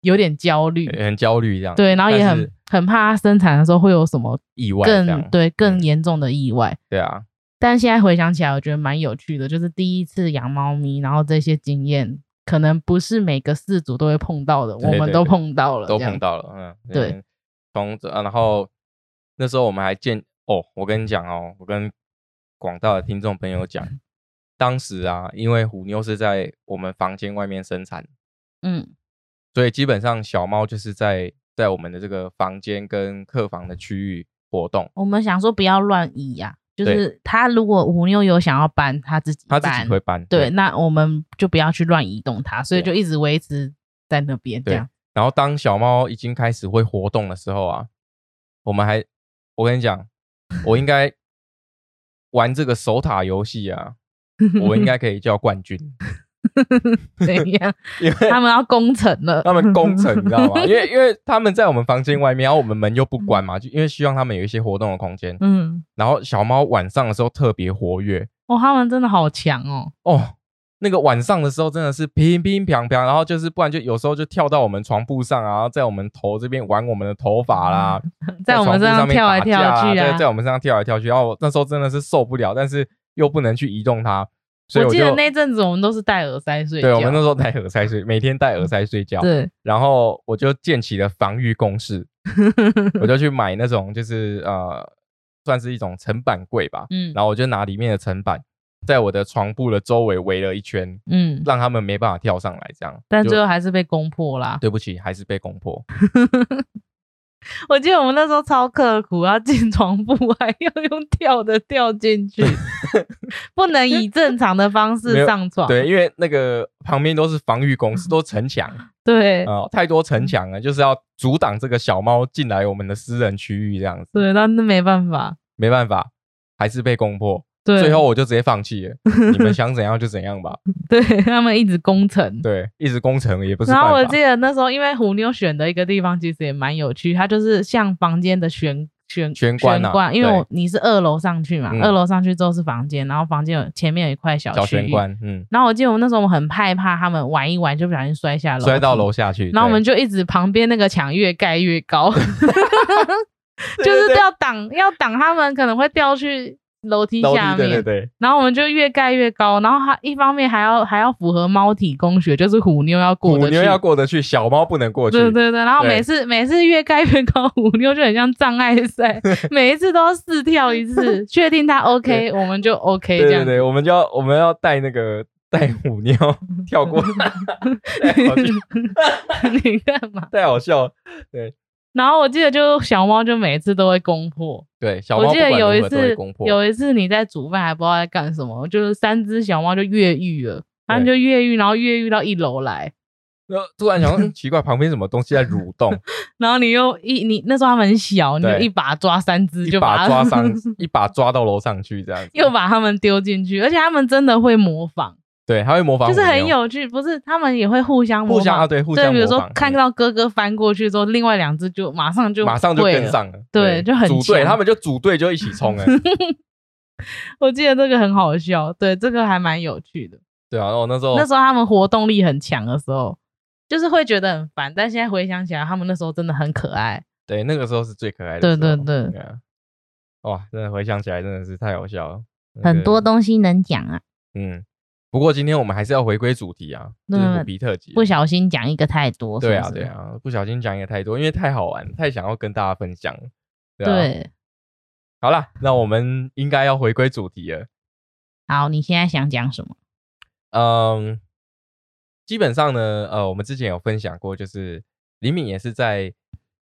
B: 有点焦虑，
A: 很焦虑这样，
B: 嗯对，然后也
A: 但
B: 很
A: 是
B: 很怕它生产的时候会有什么
A: 意外这
B: 更
A: 样，
B: 对更
A: 嗯
B: 严重的意外。
A: 对啊，
B: 但现在回想起来，我觉得蛮有趣的，就是第一次养猫咪，然后这些经验可能不是每个饲主都会碰到的，
A: 对
B: 我们
A: 对
B: 都
A: 对
B: 碰到了，
A: 都
B: 这样
A: 碰。到了，嗯，
B: 对
A: 嗯，从这、啊然后那时候我们还见哦，我跟你讲哦，我跟广大的听众朋友
B: 嗯
A: 讲，当时啊，因为虎妞是在我们房间外面生产，
B: 嗯
A: 所以基本上小猫就是在在我们的这个房间跟客房的区域活动，
B: 我们想说不要乱移呀、就
A: 对
B: 是它如果虎妞有想要搬，它自己
A: 它
B: 搬，
A: 自己会搬，
B: 对，那我们就不要去乱移动它，所以
A: 对
B: 就一直维持在那边这
A: 对
B: 样。
A: 然后当小猫已经开始会活动的时候啊，我们还，我跟你讲，我应该玩这个守塔游戏啊，我应该可以叫冠军，
B: 怎样？
A: 因 (laughs) 为
B: 他们要攻城了，
A: 他们攻城，你知道吗？因为因为他们在我们房间外面，然后我们门又不关嘛，就因为希望他们有一些活动的空间。
B: (laughs) 嗯，
A: 然后小猫晚上的时候特别活跃
B: 哦，他们真的好强哦，
A: 哦。那个晚上的时候真的是乒乒乓乓，然后就是不然就有时候就跳到我们床铺上啊，然后在我们头这边玩我们的头发啦，
B: 在我们
A: 床铺
B: 身
A: 上面
B: 跳来
A: 打
B: 跳
A: 架啊
B: 去
A: 对在我们身上跳来跳去。然后我那时候真的是受不了，但是又不能去移动它，所以
B: 我记
A: 就
B: 得那阵子我们都是戴耳塞睡觉，嗯
A: 对我们啊那时候戴耳塞睡，每天戴耳塞睡觉。
B: 对，
A: 然后我就建起了防御工
B: (laughs)
A: 事，我就去买那种就是呃，算是一种层板柜吧，
B: 嗯
A: 然后我就拿里面的层板，在我的床铺的周围围了一圈，
B: 嗯，
A: 让他们没办法跳上来，这样。
B: 但
A: 就
B: 最后还是被攻破啦。
A: 对不起，还是被攻破。
B: 我记得我们那时候超刻苦，要进床铺还要用跳的跳
A: (laughs)
B: 进去，不能以正常的方
A: 没
B: 式
A: 有
B: 上床。
A: 对，因为那个旁边都是防御工事，都是城墙啊、
B: 对
A: 呃太多城墙了，就是要阻挡这个小猫进来我们的私人区域，这样子。
B: 对，那那没办法。
A: 没办法，还是被攻破。
B: 对，嗯
A: 最后我就直接放
B: (laughs)
A: 弃了，你们想怎样就怎样吧。
B: 对他们一直攻城。
A: 对，一直攻城也不是
B: 然
A: 办
B: 后
A: 法。
B: 我记得那时候，因为虎妞选的一个地方其实也蛮有趣，它就是像房间的玄玄
A: 玄关啊
B: 因为
A: 对
B: 我你是二楼上去嘛，
A: 嗯
B: 二楼上去之后是房间，然后房间有前面有一块小
A: 小
B: 区
A: 玄
B: 域。
A: 关，嗯，
B: 然后我记得我们那时候我们很害怕他们玩一玩就不小心摔下楼，
A: 摔到楼。下去。
B: 然后我们
A: 对
B: 就一直旁边那个墙越盖越高，就
A: 对
B: 是
A: 对
B: 要挡要挡他们可能会掉去楼梯
A: 楼
B: 下
A: 梯，
B: 面。
A: 对对对，
B: 然后我们就越盖越高，然后它一方面还要还要符合猫体工学，就是虎妞要过
A: 虎
B: 得去，
A: 妞要过得去，小猫不能过去。
B: 对对对，然后
A: 对
B: 每次每次越盖越高，虎妞就很像障碍
A: (laughs)
B: 赛，每一次都要试跳一次，确定它 OK，我们就 OK
A: 对
B: 这
A: 对
B: 样。
A: 对，我们就要我们要带那个带虎
B: (laughs)
A: 妞跳过，太好笑，
B: (laughs) 你干嘛？
A: 太好笑了。
B: 然后我记得就小猫就每次都会攻破，
A: 对，小
B: 我
A: 猫
B: 记
A: 不
B: 得
A: 管
B: 有
A: 如
B: 一
A: 何都
B: 次
A: 会攻破。
B: 有一次你在煮饭还不知道在干什么，就是三只小猫就越狱了，它们
A: 对
B: 就越狱，然后越狱到一楼来。
A: 然后突然想说，嗯奇怪，旁边什么东西在蠕动，
B: 然后你又一你那时候他们很小，你就
A: 对
B: 一把抓三只，
A: 一
B: 就把
A: 把
B: 它，
A: 抓上一把抓到楼上去，这样子。
B: (laughs) 又把他们丢进去，而且他们真的会模仿，
A: 对，它会模仿
B: 就
A: 虎妞，
B: 是很有趣，不是？他们也会互相模
A: 互相啊，
B: 仿，
A: 对，互
B: 对，
A: 相
B: 比如
A: 模
B: 说
A: 仿，
B: 看
A: 嗯
B: 到哥哥翻过去之后，另外两只就马上就
A: 马上就
B: 会
A: 跟
B: 了。
A: 上了，
B: 对就很
A: 组队，
B: 强
A: 他们就组队就一起冲
B: (laughs)
A: 了。
B: 我记得这个很好笑，对，这个还蛮有趣的。
A: 对啊，然后那时候
B: 那时候他们活动力很强的时候，就是会觉得很烦，但现在回想起来，他们那时候真的很可爱。
A: 对，那个时候是最可爱的时候。
B: 对对对
A: 啊哇，真的回想起来真的是太好笑了。那
B: 很
A: 个
B: 多东西能讲啊，
A: 嗯，不过今天我们还是要回归主题啊，就是
B: 那
A: 虎皮特辑。
B: 不小心讲一个太多，
A: 对
B: 是
A: 啊
B: 不是
A: 对，啊，不小心讲也太多，因为太好玩，太想要跟大家分享了。对啊，
B: 对。
A: 好啦，那我们应该要回归主题了。
B: 好，你现在想讲什么？
A: 嗯，基本上呢，呃，我们之前有分享过，就是李敏也是在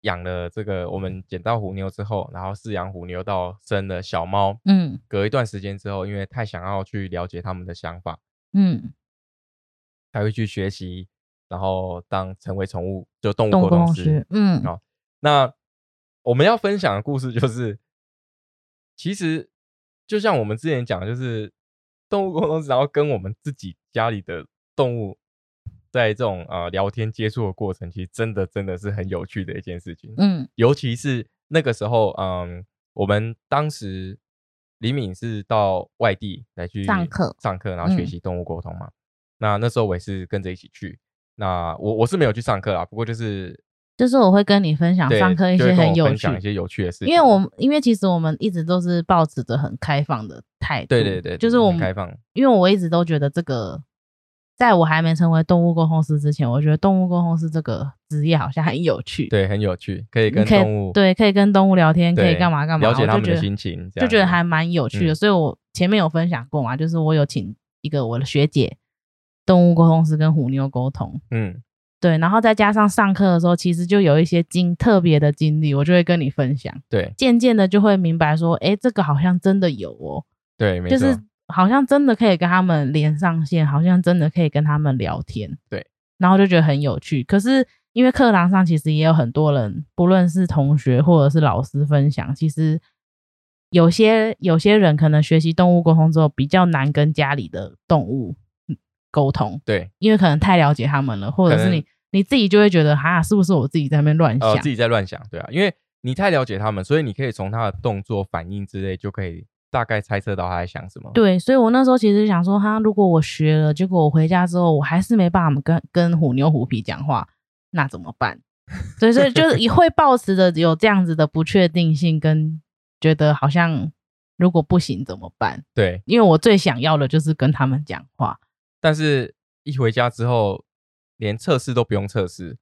A: 养了这个我们捡到虎妞之后，然后饲养虎妞到生了小猫，
B: 嗯
A: 隔一段时间之后，因为太想要去了解他们的想法，
B: 嗯，
A: 才会去学习，然后当成为宠物就动物
B: 动
A: 沟
B: 物沟
A: 通
B: 通
A: 师
B: 师。，嗯
A: 好那我们要分享的故事就是，其实就像我们之前讲的，就是动物沟通师，然后跟我们自己家里的动物在这种呃聊天接触的过程，其实真的真的是很有趣的一件事情。
B: 嗯
A: 尤其是那个时候，嗯，我们当时李敏是到外地来去
B: 上课
A: 上课，然后学
B: 嗯
A: 习动物沟通嘛。那那时候我也是跟着一起去。那我我是没有去上课啦，不过就是
B: 就是我会跟你分享
A: 对，
B: 上课一
A: 就会
B: 些
A: 跟
B: 很
A: 我
B: 有
A: 分
B: 趣
A: 享一些有趣的事情，
B: 因为我们因为其实我们一直都是抱持着很开放的态度，
A: 对对对，
B: 就是
A: 很
B: 我们
A: 开放，
B: 因为我一直都觉得这个，在我还没成为动物沟通师之前，我觉得动物沟通师这个职业好像很有趣，，
A: 对，很有趣，可以
B: 你
A: 跟
B: 可以
A: 动物
B: 对，可以跟动物聊天，可以
A: 对
B: 干嘛干嘛，
A: 了解
B: 我
A: 他
B: 就
A: 们的
B: 觉得
A: 心情，这
B: 就
A: 样
B: 觉得
A: 子
B: 还蛮有趣的。
A: 嗯
B: 所以我前面有分享过嘛，就是我有请一个我的学姐，动物沟通师跟虎妞沟通。
A: 嗯，
B: 对，然后再加上上课的时候，其实就有一些经特别的经历，我就会跟你分享。
A: 对
B: 渐渐的就会明白说，哎，这个好像真的有哦，
A: 对，没
B: 就
A: 错，
B: 是好像真的可以跟他们连上线，好像真的可以跟他们聊天。
A: 对，
B: 然后就觉得很有趣。可是因为课堂上其实也有很多人，不论是同学或者是老师分享，其实有些有些人可能学习动物沟通之后比较难跟家里的动物嗯沟通，
A: 对，
B: 因为可能太了解他们了，或者
A: 可
B: 是
A: 能
B: 你你自己就会觉得哈，是不是我自己在那边乱想？
A: 呃，自己在乱想，对啊，因为你太了解他们，所以你可以从他的动作、反应之类，就可以大概猜测到他在想什么。
B: 对，所以我那时候其实想说，哈，如果我学了，结果我回家之后，我还是没办法跟跟虎妞虎皮讲话，那怎么办？所以，所以就是也会抱持着有这样子的不确定性，跟觉得好像如果不行怎么办？
A: 对，
B: 因为我最想要的就是跟他们讲话。
A: 但是一回家之后，连测试都不用测试。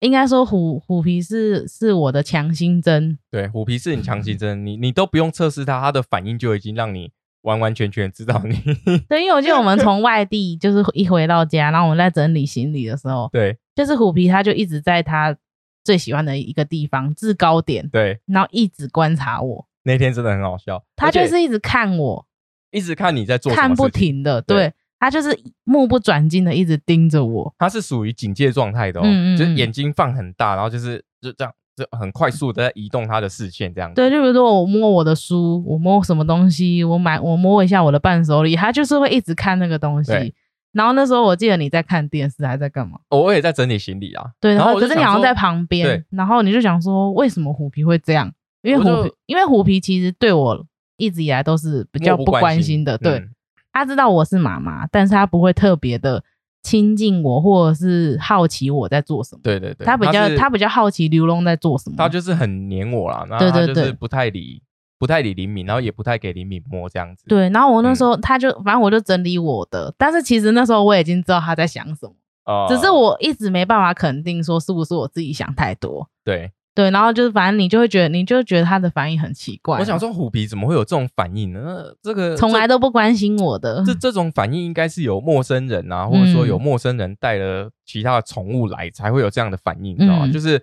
B: 应该说虎虎皮是是我的强心针，
A: 对，虎皮是你
B: (laughs)
A: 强心针，你你都不用测试它，它的反应就已经让你完完全全知道你。 (laughs)
B: 对，因为我记得我们从外地就是一回到家，然后我们在整理行李的时候，
A: 对
B: 就是虎皮他就一直在他最喜欢的一个地方制高点，
A: 对，
B: 然后一直观察我，
A: 那天真的很好笑，
B: 他
A: 而且
B: 就是一直看我，
A: 一直看你在做什么
B: 看不
A: 事情，
B: 停的，
A: 对
B: 对他就是目不转睛的一直盯着我，
A: 它是属于警戒状态的哦，
B: 嗯嗯
A: 就是
B: 嗯
A: 眼睛放很大，然后就是就这样，就很快速的在移动它的视线这样子。
B: 对，就比如说我摸我的书，我摸什么东西，我买我摸一下我的伴手礼，他就是会一直看那个东
A: 对
B: 西。然后那时候我记得你在看电视，还在干嘛？
A: 哦我也在整理行李啊，
B: 对，
A: 然
B: 然
A: 后
B: 后
A: 我
B: 可
A: 就是
B: 你
A: 想
B: 好像
A: 说
B: 在旁边
A: 对，
B: 然后你就想说，为什么虎皮会这样？因为
A: 我
B: 虎
A: 就
B: 皮，因为虎皮其实对我一直以来都是比较
A: 漠
B: 不
A: 不关
B: 关心的，对，
A: 嗯
B: 他知道我是妈妈，但是他不会特别的亲近我，或者是好奇我在做什么。
A: 对对对，
B: 他比较
A: 是
B: 他比较好奇刘龙在做什么。
A: 他就是很黏我啦，然后
B: 对
A: 他
B: 对
A: 就是
B: 对
A: 不太理不太理林敏，然后也不太给林敏摸这样子。
B: 对，然后我那时候他就反正我就整理我的，但是其实那时候我已经知道他在想什么，
A: 呃，
B: 只是我一直没办法肯定说是不是我自己想太多。
A: 对，
B: 对，然后就是反正你就会觉得你就觉得他的反应很奇怪，啊
A: 我想说虎皮怎么会有这种反应呢？呃这个
B: 从来
A: 这
B: 都不关心我的。
A: 这这种反应应该是有陌生人啊，或者说
B: 嗯
A: 有陌生人带了其他的宠物来才会有这样的反应，你知道吗？
B: 嗯
A: 就是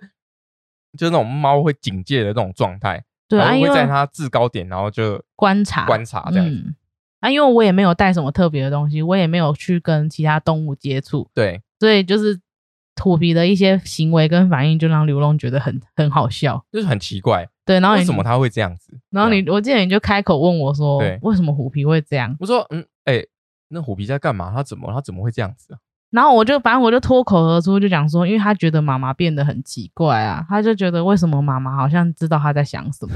A: 就是那种猫会警戒的那种状态，
B: 对
A: 然
B: 啊，
A: 后
B: 因
A: 呃会在
B: 为
A: 它制高点，然后就
B: 观察
A: 观察这样子。
B: 嗯，啊，因为我也没有带什么特别的东西，我也没有去跟其他动物接触，
A: 对，
B: 所以就是土皮的一些行为跟反应，就让刘龙觉得很很好笑。
A: 就是很奇怪，
B: 对，然后
A: 为
B: 你
A: 什么它会这样子？
B: 然后
A: 这样
B: 你，我记得你就开口问我说
A: 对，
B: 为什么虎皮会这样？
A: 我说，嗯，哎、那虎皮在干嘛？他怎么他怎么会这样子啊？ (laughs)
B: 然后我就反正我就脱口而出就讲说，因为他觉得妈妈变得很奇怪啊，他就觉得为什么妈妈好像知道他在想什么，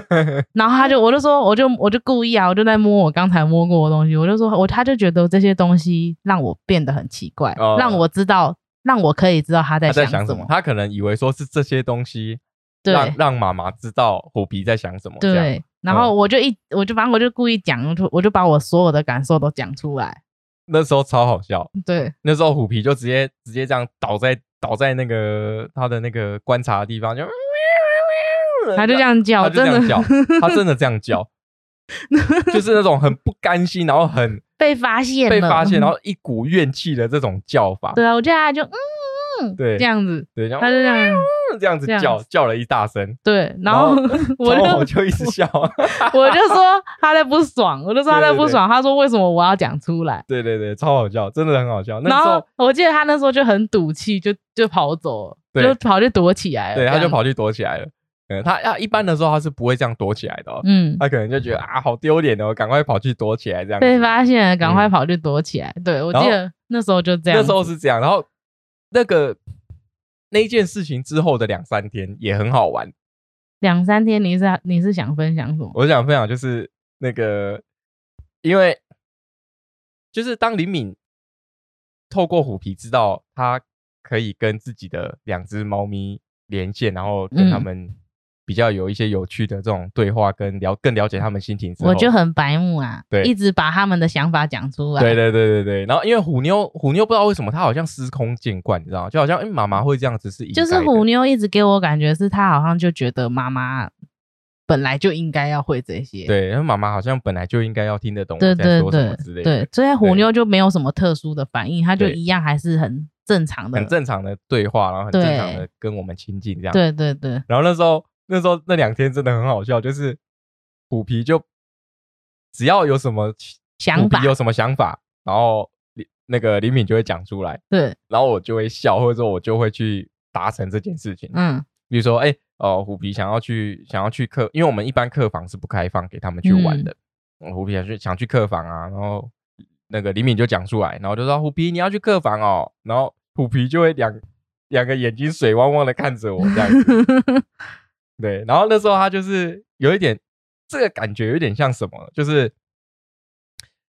B: (laughs) 然后他就我就说我就我就故意啊，我就在摸我刚才摸过的东西，我就说我他就觉得这些东西让我变得很奇怪，
A: 哦
B: 让我知道让我可以知道他在
A: 他在
B: 想
A: 想什
B: 什
A: 么
B: 么？，
A: 他可能以为说是这些东西
B: 对
A: 让让妈妈知道虎皮在想什么。这样哦
B: 对，然后我就一我就反正我就故意讲，我就我就把我所有的感受都讲出来，
A: 那时候超好笑，
B: 对
A: 那时候虎皮就直接直接这样倒在倒在那个他的那个观察的地方，就
B: 他就这样叫，
A: 他就这
B: 真
A: 样
B: 的 (laughs)
A: 叫，他真的这样叫，就是那种很不甘心，然后很
B: (laughs) 被发现了，
A: 被
B: 嗯
A: 发现，然后一股怨气的这种叫法，
B: (laughs) 对啊，我记得他就嗯嗯，
A: 对
B: 这样子，
A: 对，然后
B: 他就这样，
A: 这样子
B: 这样
A: 叫
B: 子
A: 叫了一大声，
B: 对，然后 (laughs) 我
A: 然后我
B: 就
A: 就一直笑，
B: 我就说他在不爽，我就说他在不爽，他说为什么我要讲出来？
A: (laughs) 对对对，超好笑，真的很好笑。那
B: 然
A: 时
B: 后
A: 候，
B: 我记得他那时候就很赌气，就就跑走了，
A: 对
B: 就跑去躲起来了，
A: 对，
B: 这
A: 他
B: 样
A: 就，跑去躲起来了。嗯，他啊，一般的时候他是不会这样躲起来的、哦，
B: 嗯，
A: 他可能就觉得啊，好丢脸哦，赶快跑去躲起来这样子。
B: 被发现了，赶快
A: 嗯
B: 跑去躲起来。对我
A: 然
B: 记
A: 后
B: 得那时候就这样，
A: 那时候是这样，然后那个那件事情之后的两三天也很好玩。
B: 两三天，你是你是想分享什么？
A: 我想分享就是那个，因为就是当林敏透过虎皮知道他可以跟自己的两只猫咪连线，然后跟他
B: 嗯
A: 们比较有一些有趣的这种对话，跟了更了解他们心情之后，
B: 我就很白目啊，
A: 对
B: 一直把他们的想法讲出来。
A: 对对对对对，然后因为虎妞虎妞不知道为什么她好像司空见惯，你知道吗？就好像哎妈妈会这样子是应
B: 就是
A: 该的
B: 虎妞一直给我感觉是她好像就觉得妈妈本来就应该要会这些，
A: 对，然后妈妈好像本来就应该要听得懂
B: 对
A: 我在
B: 对
A: 说什么之
B: 对
A: 类的，
B: 对，所以虎
A: 对
B: 妞就没有什么特殊的反应，她就
A: 对
B: 一样还是很正常
A: (laughs)
B: 的，
A: 很正常的对话，然后很正常
B: 对
A: 的跟我们亲近这样。
B: 对对对，
A: 然后那时候那时候那两天真的很好笑，就是虎皮就只要有什么
B: 想
A: 虎
B: 法
A: 皮有什么想法，然后李那个李敏就会讲出来，
B: 对，
A: 然后我就会笑，或者说我就会去达成这件事情。 (laughs)
B: 嗯
A: 比如说，哎、哦，虎皮想要去想要去客，因为我们一般客房是不开放给他们去玩的。嗯虎皮想去想去客房啊，然后那个李敏就讲出来，然后就说虎皮你要去客房哦，然后虎皮就会两两个眼睛水汪汪的看着我这样子。对，然后那时候他就是有一点这个感觉，有点像什么，就是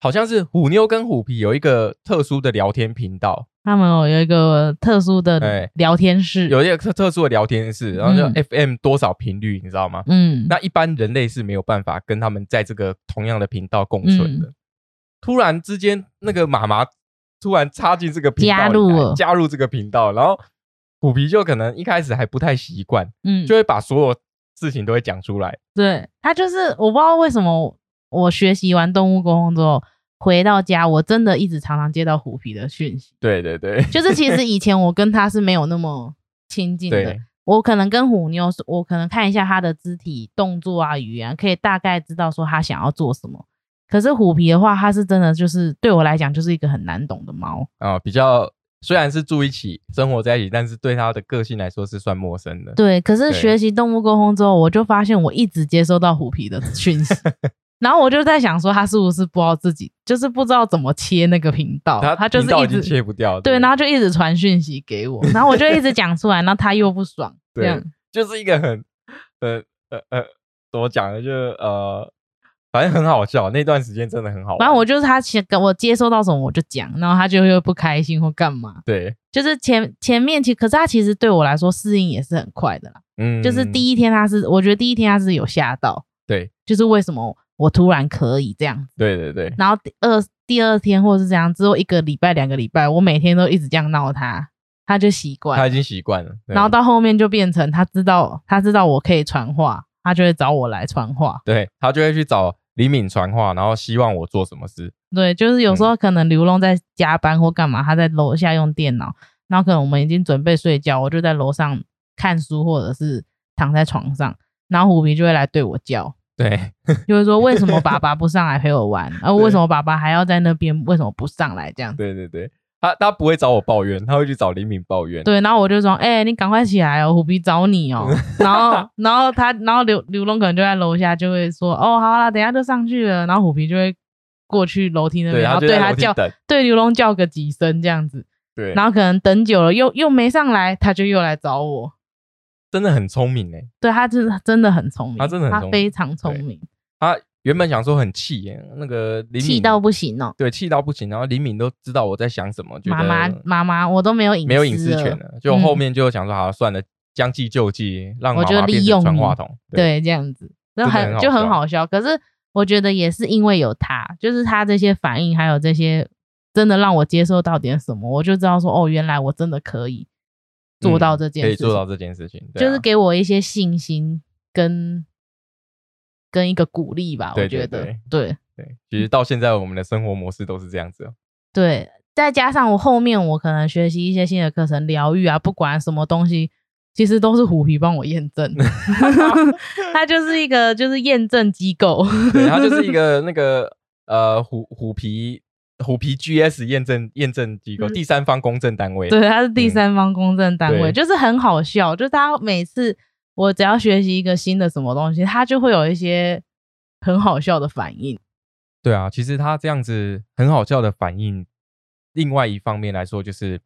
A: 好像是虎妞跟虎皮有一个特殊的聊天频道，
B: 他们有一个特殊的
A: 哎
B: 聊天室，
A: 有一个特特殊的聊天室，然后
B: 嗯
A: 就 FM 多少频率，你知道吗？
B: 嗯，
A: 那一般人类是没有办法跟他们在这个同样的频道共存的。
B: 嗯
A: 突然之间，那个妈妈突然插进这个频道里来
B: 加入了
A: 加入这个频道，然后虎皮就可能一开始还不太习惯，
B: 嗯
A: 就会把所有事情都会讲出来。
B: 对他就是我不知道为什么我学习完动物沟通之后回到家，我真的一直常常接到虎皮的讯息，
A: 对对对
B: 就是其实以前我跟他是没有那么亲近的
A: 对，
B: 我可能跟虎妞是，我可能看一下他的肢体动作啊、语言，可以大概知道说他想要做什么。可是虎皮的话，它是真的就是对我来讲就是一个很难懂的猫，
A: 啊、比较虽然是住一起生活在一起，但是对他的个性来说是算陌生的。
B: 对，可是
A: (laughs) 对
B: 学习动物沟通之后，我就发现我一直接收到虎皮的讯
A: (laughs)
B: 息，然后我就在想说，他是不是不知道自己，就是不知道怎么切那个频道，他就是
A: 频道
B: 一
A: 已经
B: 直
A: 切不掉。
B: 对，然后就一直传讯息给我，然后我就一直讲出来，然后他又不爽，这
A: (laughs) 对
B: 样
A: 就是一个很呃呃呃怎么讲呢，就是呃，反正很好笑，那段时间真的很好玩。
B: 反正我就是他先跟我接收到什么我就讲，然后他就又不开心或干嘛，
A: 对，
B: 就是前前面其可是他其实对我来说适应也是很快的啦，
A: 嗯，
B: 就是第一天他是我觉得第一天他是有吓到，
A: 对，
B: 就是为什么我突然可以这样
A: 对对对
B: 然后第二第二天或者是这样，之后一个礼拜、两个礼拜，我每天都一直这样闹他，他就习惯
A: 他
B: 了。
A: 已经习惯了。对
B: 然后到后面就变成他知道他知道我可以传话，他就会找我来传话。
A: 对他就会去找李敏传话，然后希望我做什么事。
B: 对，就是
A: 嗯
B: 有时候可能刘龙在加班或干嘛，他在楼下用电脑，然后可能我们已经准备睡觉，我就在楼上看书或者是躺在床上，然后虎皮就会来对我叫，
A: 对 (laughs)
B: 就会说为什么爸爸不上来陪我玩，然后为什么爸爸还要在那边，为什么不上来这样子。
A: 对对对，他他不会找我抱怨，他会去找李敏抱怨。
B: 对，然后我就说，哎、你赶快起来哦，虎皮找你
A: (laughs)
B: 哦。然后，然后他，然后刘刘龙可能就在楼下就会说，哦，好啦，等一下就上去了。然后虎皮就会过去楼梯那边，
A: 对，
B: 然后
A: 就
B: 对
A: 在
B: 他
A: 楼梯
B: 叫，
A: 等。
B: 对刘龙叫个几声这样子。
A: 对，
B: 然后可能等久了又又没上来，他就又来找我。
A: 真的很聪明哎，
B: 对他真的真的很聪明，
A: 他真的很
B: 他
A: 聪明
B: 非常聪
A: 对
B: 明，
A: 他原本想说很气耶，那个李敏
B: 气到不行哦。
A: 对，气到不行，然后李敏都知道我在想什么，觉得
B: 妈妈妈妈，我都没有隐私
A: 没有隐私权
B: 了，
A: 了，就
B: 嗯
A: 后面就想说，好，算了，将计就计，让
B: 我
A: 妈
B: 就
A: 妈变
B: 利
A: 成
B: 用
A: 传
B: 你
A: 话筒。，
B: 对，这样子，那
A: 真的
B: 很
A: 很好
B: 就很
A: 笑
B: 好笑。可是我觉得也是因为有他，就是他这些反应，还有这些真的让我接受到点什么，我就知道说，哦，原来我真的可以做到这
A: 嗯
B: 件
A: 可
B: 事
A: 以
B: 情，
A: 做到这件事情，对
B: 就是
A: 啊
B: 给我一些信心跟跟一个鼓励吧。
A: 对
B: 我
A: 对
B: 觉得对
A: 对，其实
B: 嗯
A: 到现在我们的生活模式都是这样子哦。
B: 对，再加上我后面我可能学习一些新的课程，疗愈啊，不管什么东西，其实都是虎皮帮我验证，
A: (laughs)
B: 它就是一个就是验证机构。
A: 对，它就是一个那个呃虎虎皮虎皮 GS 验证验证机构，
B: 嗯
A: 第三方公证单位。
B: 对，它是第
A: 嗯
B: 三方公证单
A: 对
B: 位，就是很好笑，就是他每次我只要学习一个新的什么东西，他就会有一些很好笑的反应。
A: 对啊，其实他这样子很好笑的反应，另外一方面来说，就是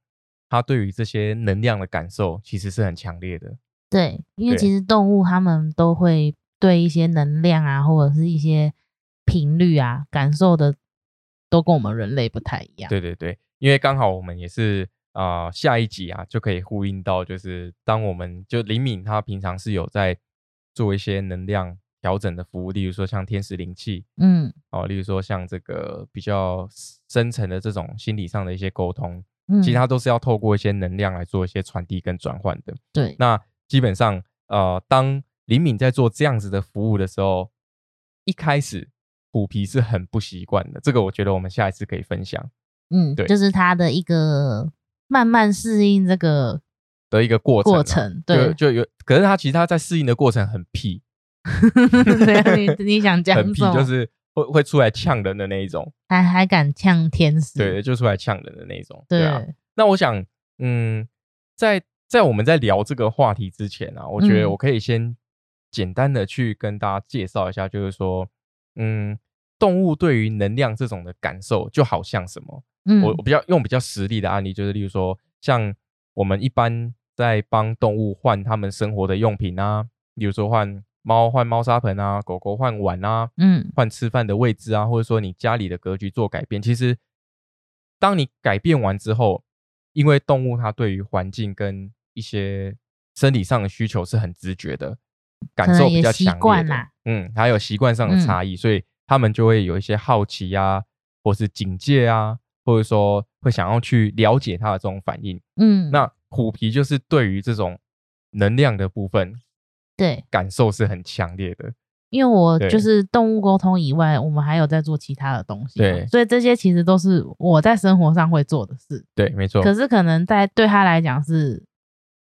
A: 他对于这些能量的感受其实是很强烈的。
B: 对，因为
A: 对
B: 其实动物它们都会对一些能量啊，或者是一些频率啊，感受的都跟我们人类不太一样。
A: 对对对，因为刚好我们也是啊、呃下一集啊就可以呼应到，就是当我们就李敏他平常是有在做一些能量调整的服务，例如说像天使灵气
B: 嗯
A: 哦，例如说像这个比较深层的这种心理上的一些沟通，
B: 嗯，
A: 其实它都是要透过一些能量来做一些传递跟转换的。
B: 对
A: 那基本上，呃，当林敏在做这样子的服务的时候，一开始虎皮是很不习惯的。这个我觉得我们下一次可以分享
B: 嗯，
A: 对
B: 就是它的一个慢慢适应这个
A: 的一个过程啊、
B: 过程。
A: 就
B: 对，
A: 就有，可是他其实他在适应的过程很屁，
B: (laughs) 对啊你你想
A: (laughs)
B: 讲
A: 很屁
B: 什，么？
A: 就是会会出来呛人的那一种，
B: 还还敢呛天使？
A: 对，就出来呛人的那一种，
B: 对
A: 啊。那我想，嗯，在在我们在聊这个话题之前啊，我觉得
B: 嗯
A: 我可以先简单的去跟大家介绍一下，就是说，嗯，动物对于能量这种的感受，就好像什么？
B: 嗯，
A: 我我比较用比较实例的案例，就是例如说，像我们一般在帮动物换它们生活的用品啊，比如说换猫换猫砂盆啊，狗狗换碗啊，
B: 嗯
A: 换吃饭的位置啊，或者说你家里的格局做改变，其实当你改变完之后，因为动物它对于环境跟一些生理上的需求是很直觉的，感
B: 能
A: 受
B: 也
A: 比较
B: 习
A: 强烈
B: 惯
A: 的
B: 啦，
A: 嗯，还有习惯上的差异，所以他们就会有一些好奇啊，或是警戒啊，或者说会想要去了解它的这种反应。
B: 嗯，
A: 那虎皮就是对于这种能量的部分
B: 对，
A: 感受是很强烈的，
B: 因为我
A: 对
B: 就是动物沟通以外，我们还有在做其他的东西嘛，
A: 对
B: 所以这些其实都是我在生活上会做的事。
A: 对，没错。
B: 可是可能在对他来讲是，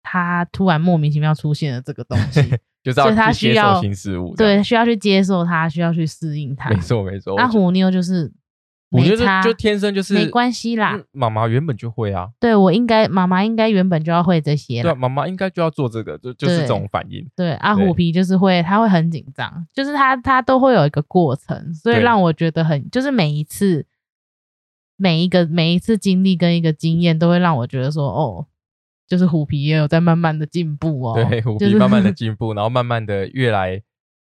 B: 他突然莫名其妙出现了这个东
A: (laughs)
B: 西，
A: 就是
B: 所
A: 要
B: 以他
A: 去接
B: 需
A: 受
B: 要
A: 新事物。这样，
B: 对，需要去接受它，需要去适应它
A: 没。错没错。
B: 那
A: 我觉
B: 虎妞就是
A: 我觉
B: 没
A: 得
B: 差，
A: 就就天生就是
B: 没关系啦。
A: 嗯妈妈原本就会啊，
B: 对我应该妈妈应该原本就要会这些
A: 对啊，
B: 啦。
A: 妈妈应该就要做这个，就就是这种反应。
B: 对，啊，
A: 对
B: 虎皮就是会，他会很紧张，就是他他都会有一个过程，所以
A: 对
B: 让我觉得很，就是每一次每一个每一次经历跟一个经验，都会让我觉得说，哦，就是虎皮也有在慢慢的进步哦，
A: 对，虎
B: 就
A: 皮
B: 是
A: 慢
B: (laughs)
A: 慢的进步，然后慢慢的越来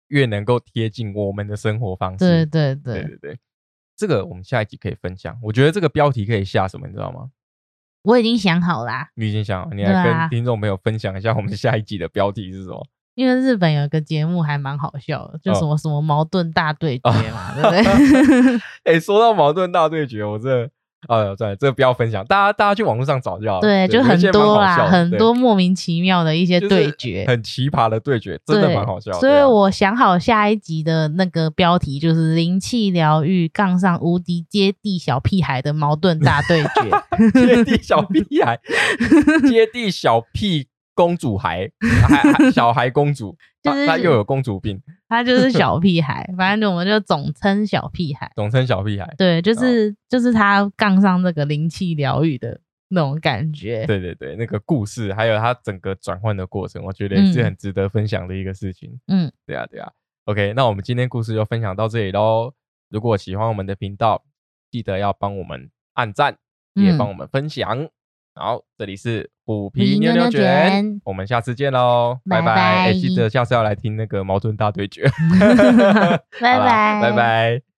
A: 越能够贴近我们的生活方
B: 对
A: 式。对
B: 对对，
A: 对对，这个我们下一集可以分享。我觉得这个标题可以下什么，你知道吗？
B: 我已经想好啦，
A: 你已经想好，你
B: 对
A: 来
B: 啊
A: 跟听众朋友分享一下我们下一集的标题是什么？
B: 因为日本有一个节目还蛮好笑的，就
A: 哦
B: 什么什么矛盾大对决嘛，对不对？
A: 哎，说到矛盾大对决，我这。呃，算了，这个不要分享，大家大家去网络上找就好了。
B: 对，就
A: 有一
B: 很
A: 些蛮
B: 多
A: 好笑
B: 啦，
A: 的
B: 很
A: 对
B: 多莫名其妙的一些
A: 就是
B: 对决，
A: 很奇葩的对决，真
B: 对，
A: 的蛮好笑的。
B: 所
A: 对
B: 以
A: 啊
B: 我想好下一集的那个标题就是“灵气疗愈杠上无敌接地小屁孩的矛盾大对
A: (laughs) 接
B: 决
A: 地小屁孩，接地小屁公主孩，还还小孩公主，她
B: (laughs) 就是
A: 她又有公主病，”，
B: 他就是小屁孩，反正我们就总称小屁孩。
A: 总称小屁孩。
B: 对，就是、就是他杠上这个灵气疗愈的那种感觉。
A: 对对对，那个故事还有她整个转换的过程，我觉得也是
B: 嗯
A: 很值得分享的一个事情。
B: 嗯，
A: 对啊对啊。OK，那我们今天故事就分享到这里喽。如果喜欢我们的频道，记得要帮我们按赞，也
B: 嗯
A: 帮我们分享。好，这里是虎
B: 皮
A: 皮妞妞
B: 妞妞
A: 卷
B: 卷，
A: 我们下次见喽，拜
B: 拜
A: 拜！哎
B: 拜
A: (laughs) 记得下次要来听那个矛盾大对决。
B: 拜
A: 好啦
B: 拜，
A: 拜。拜。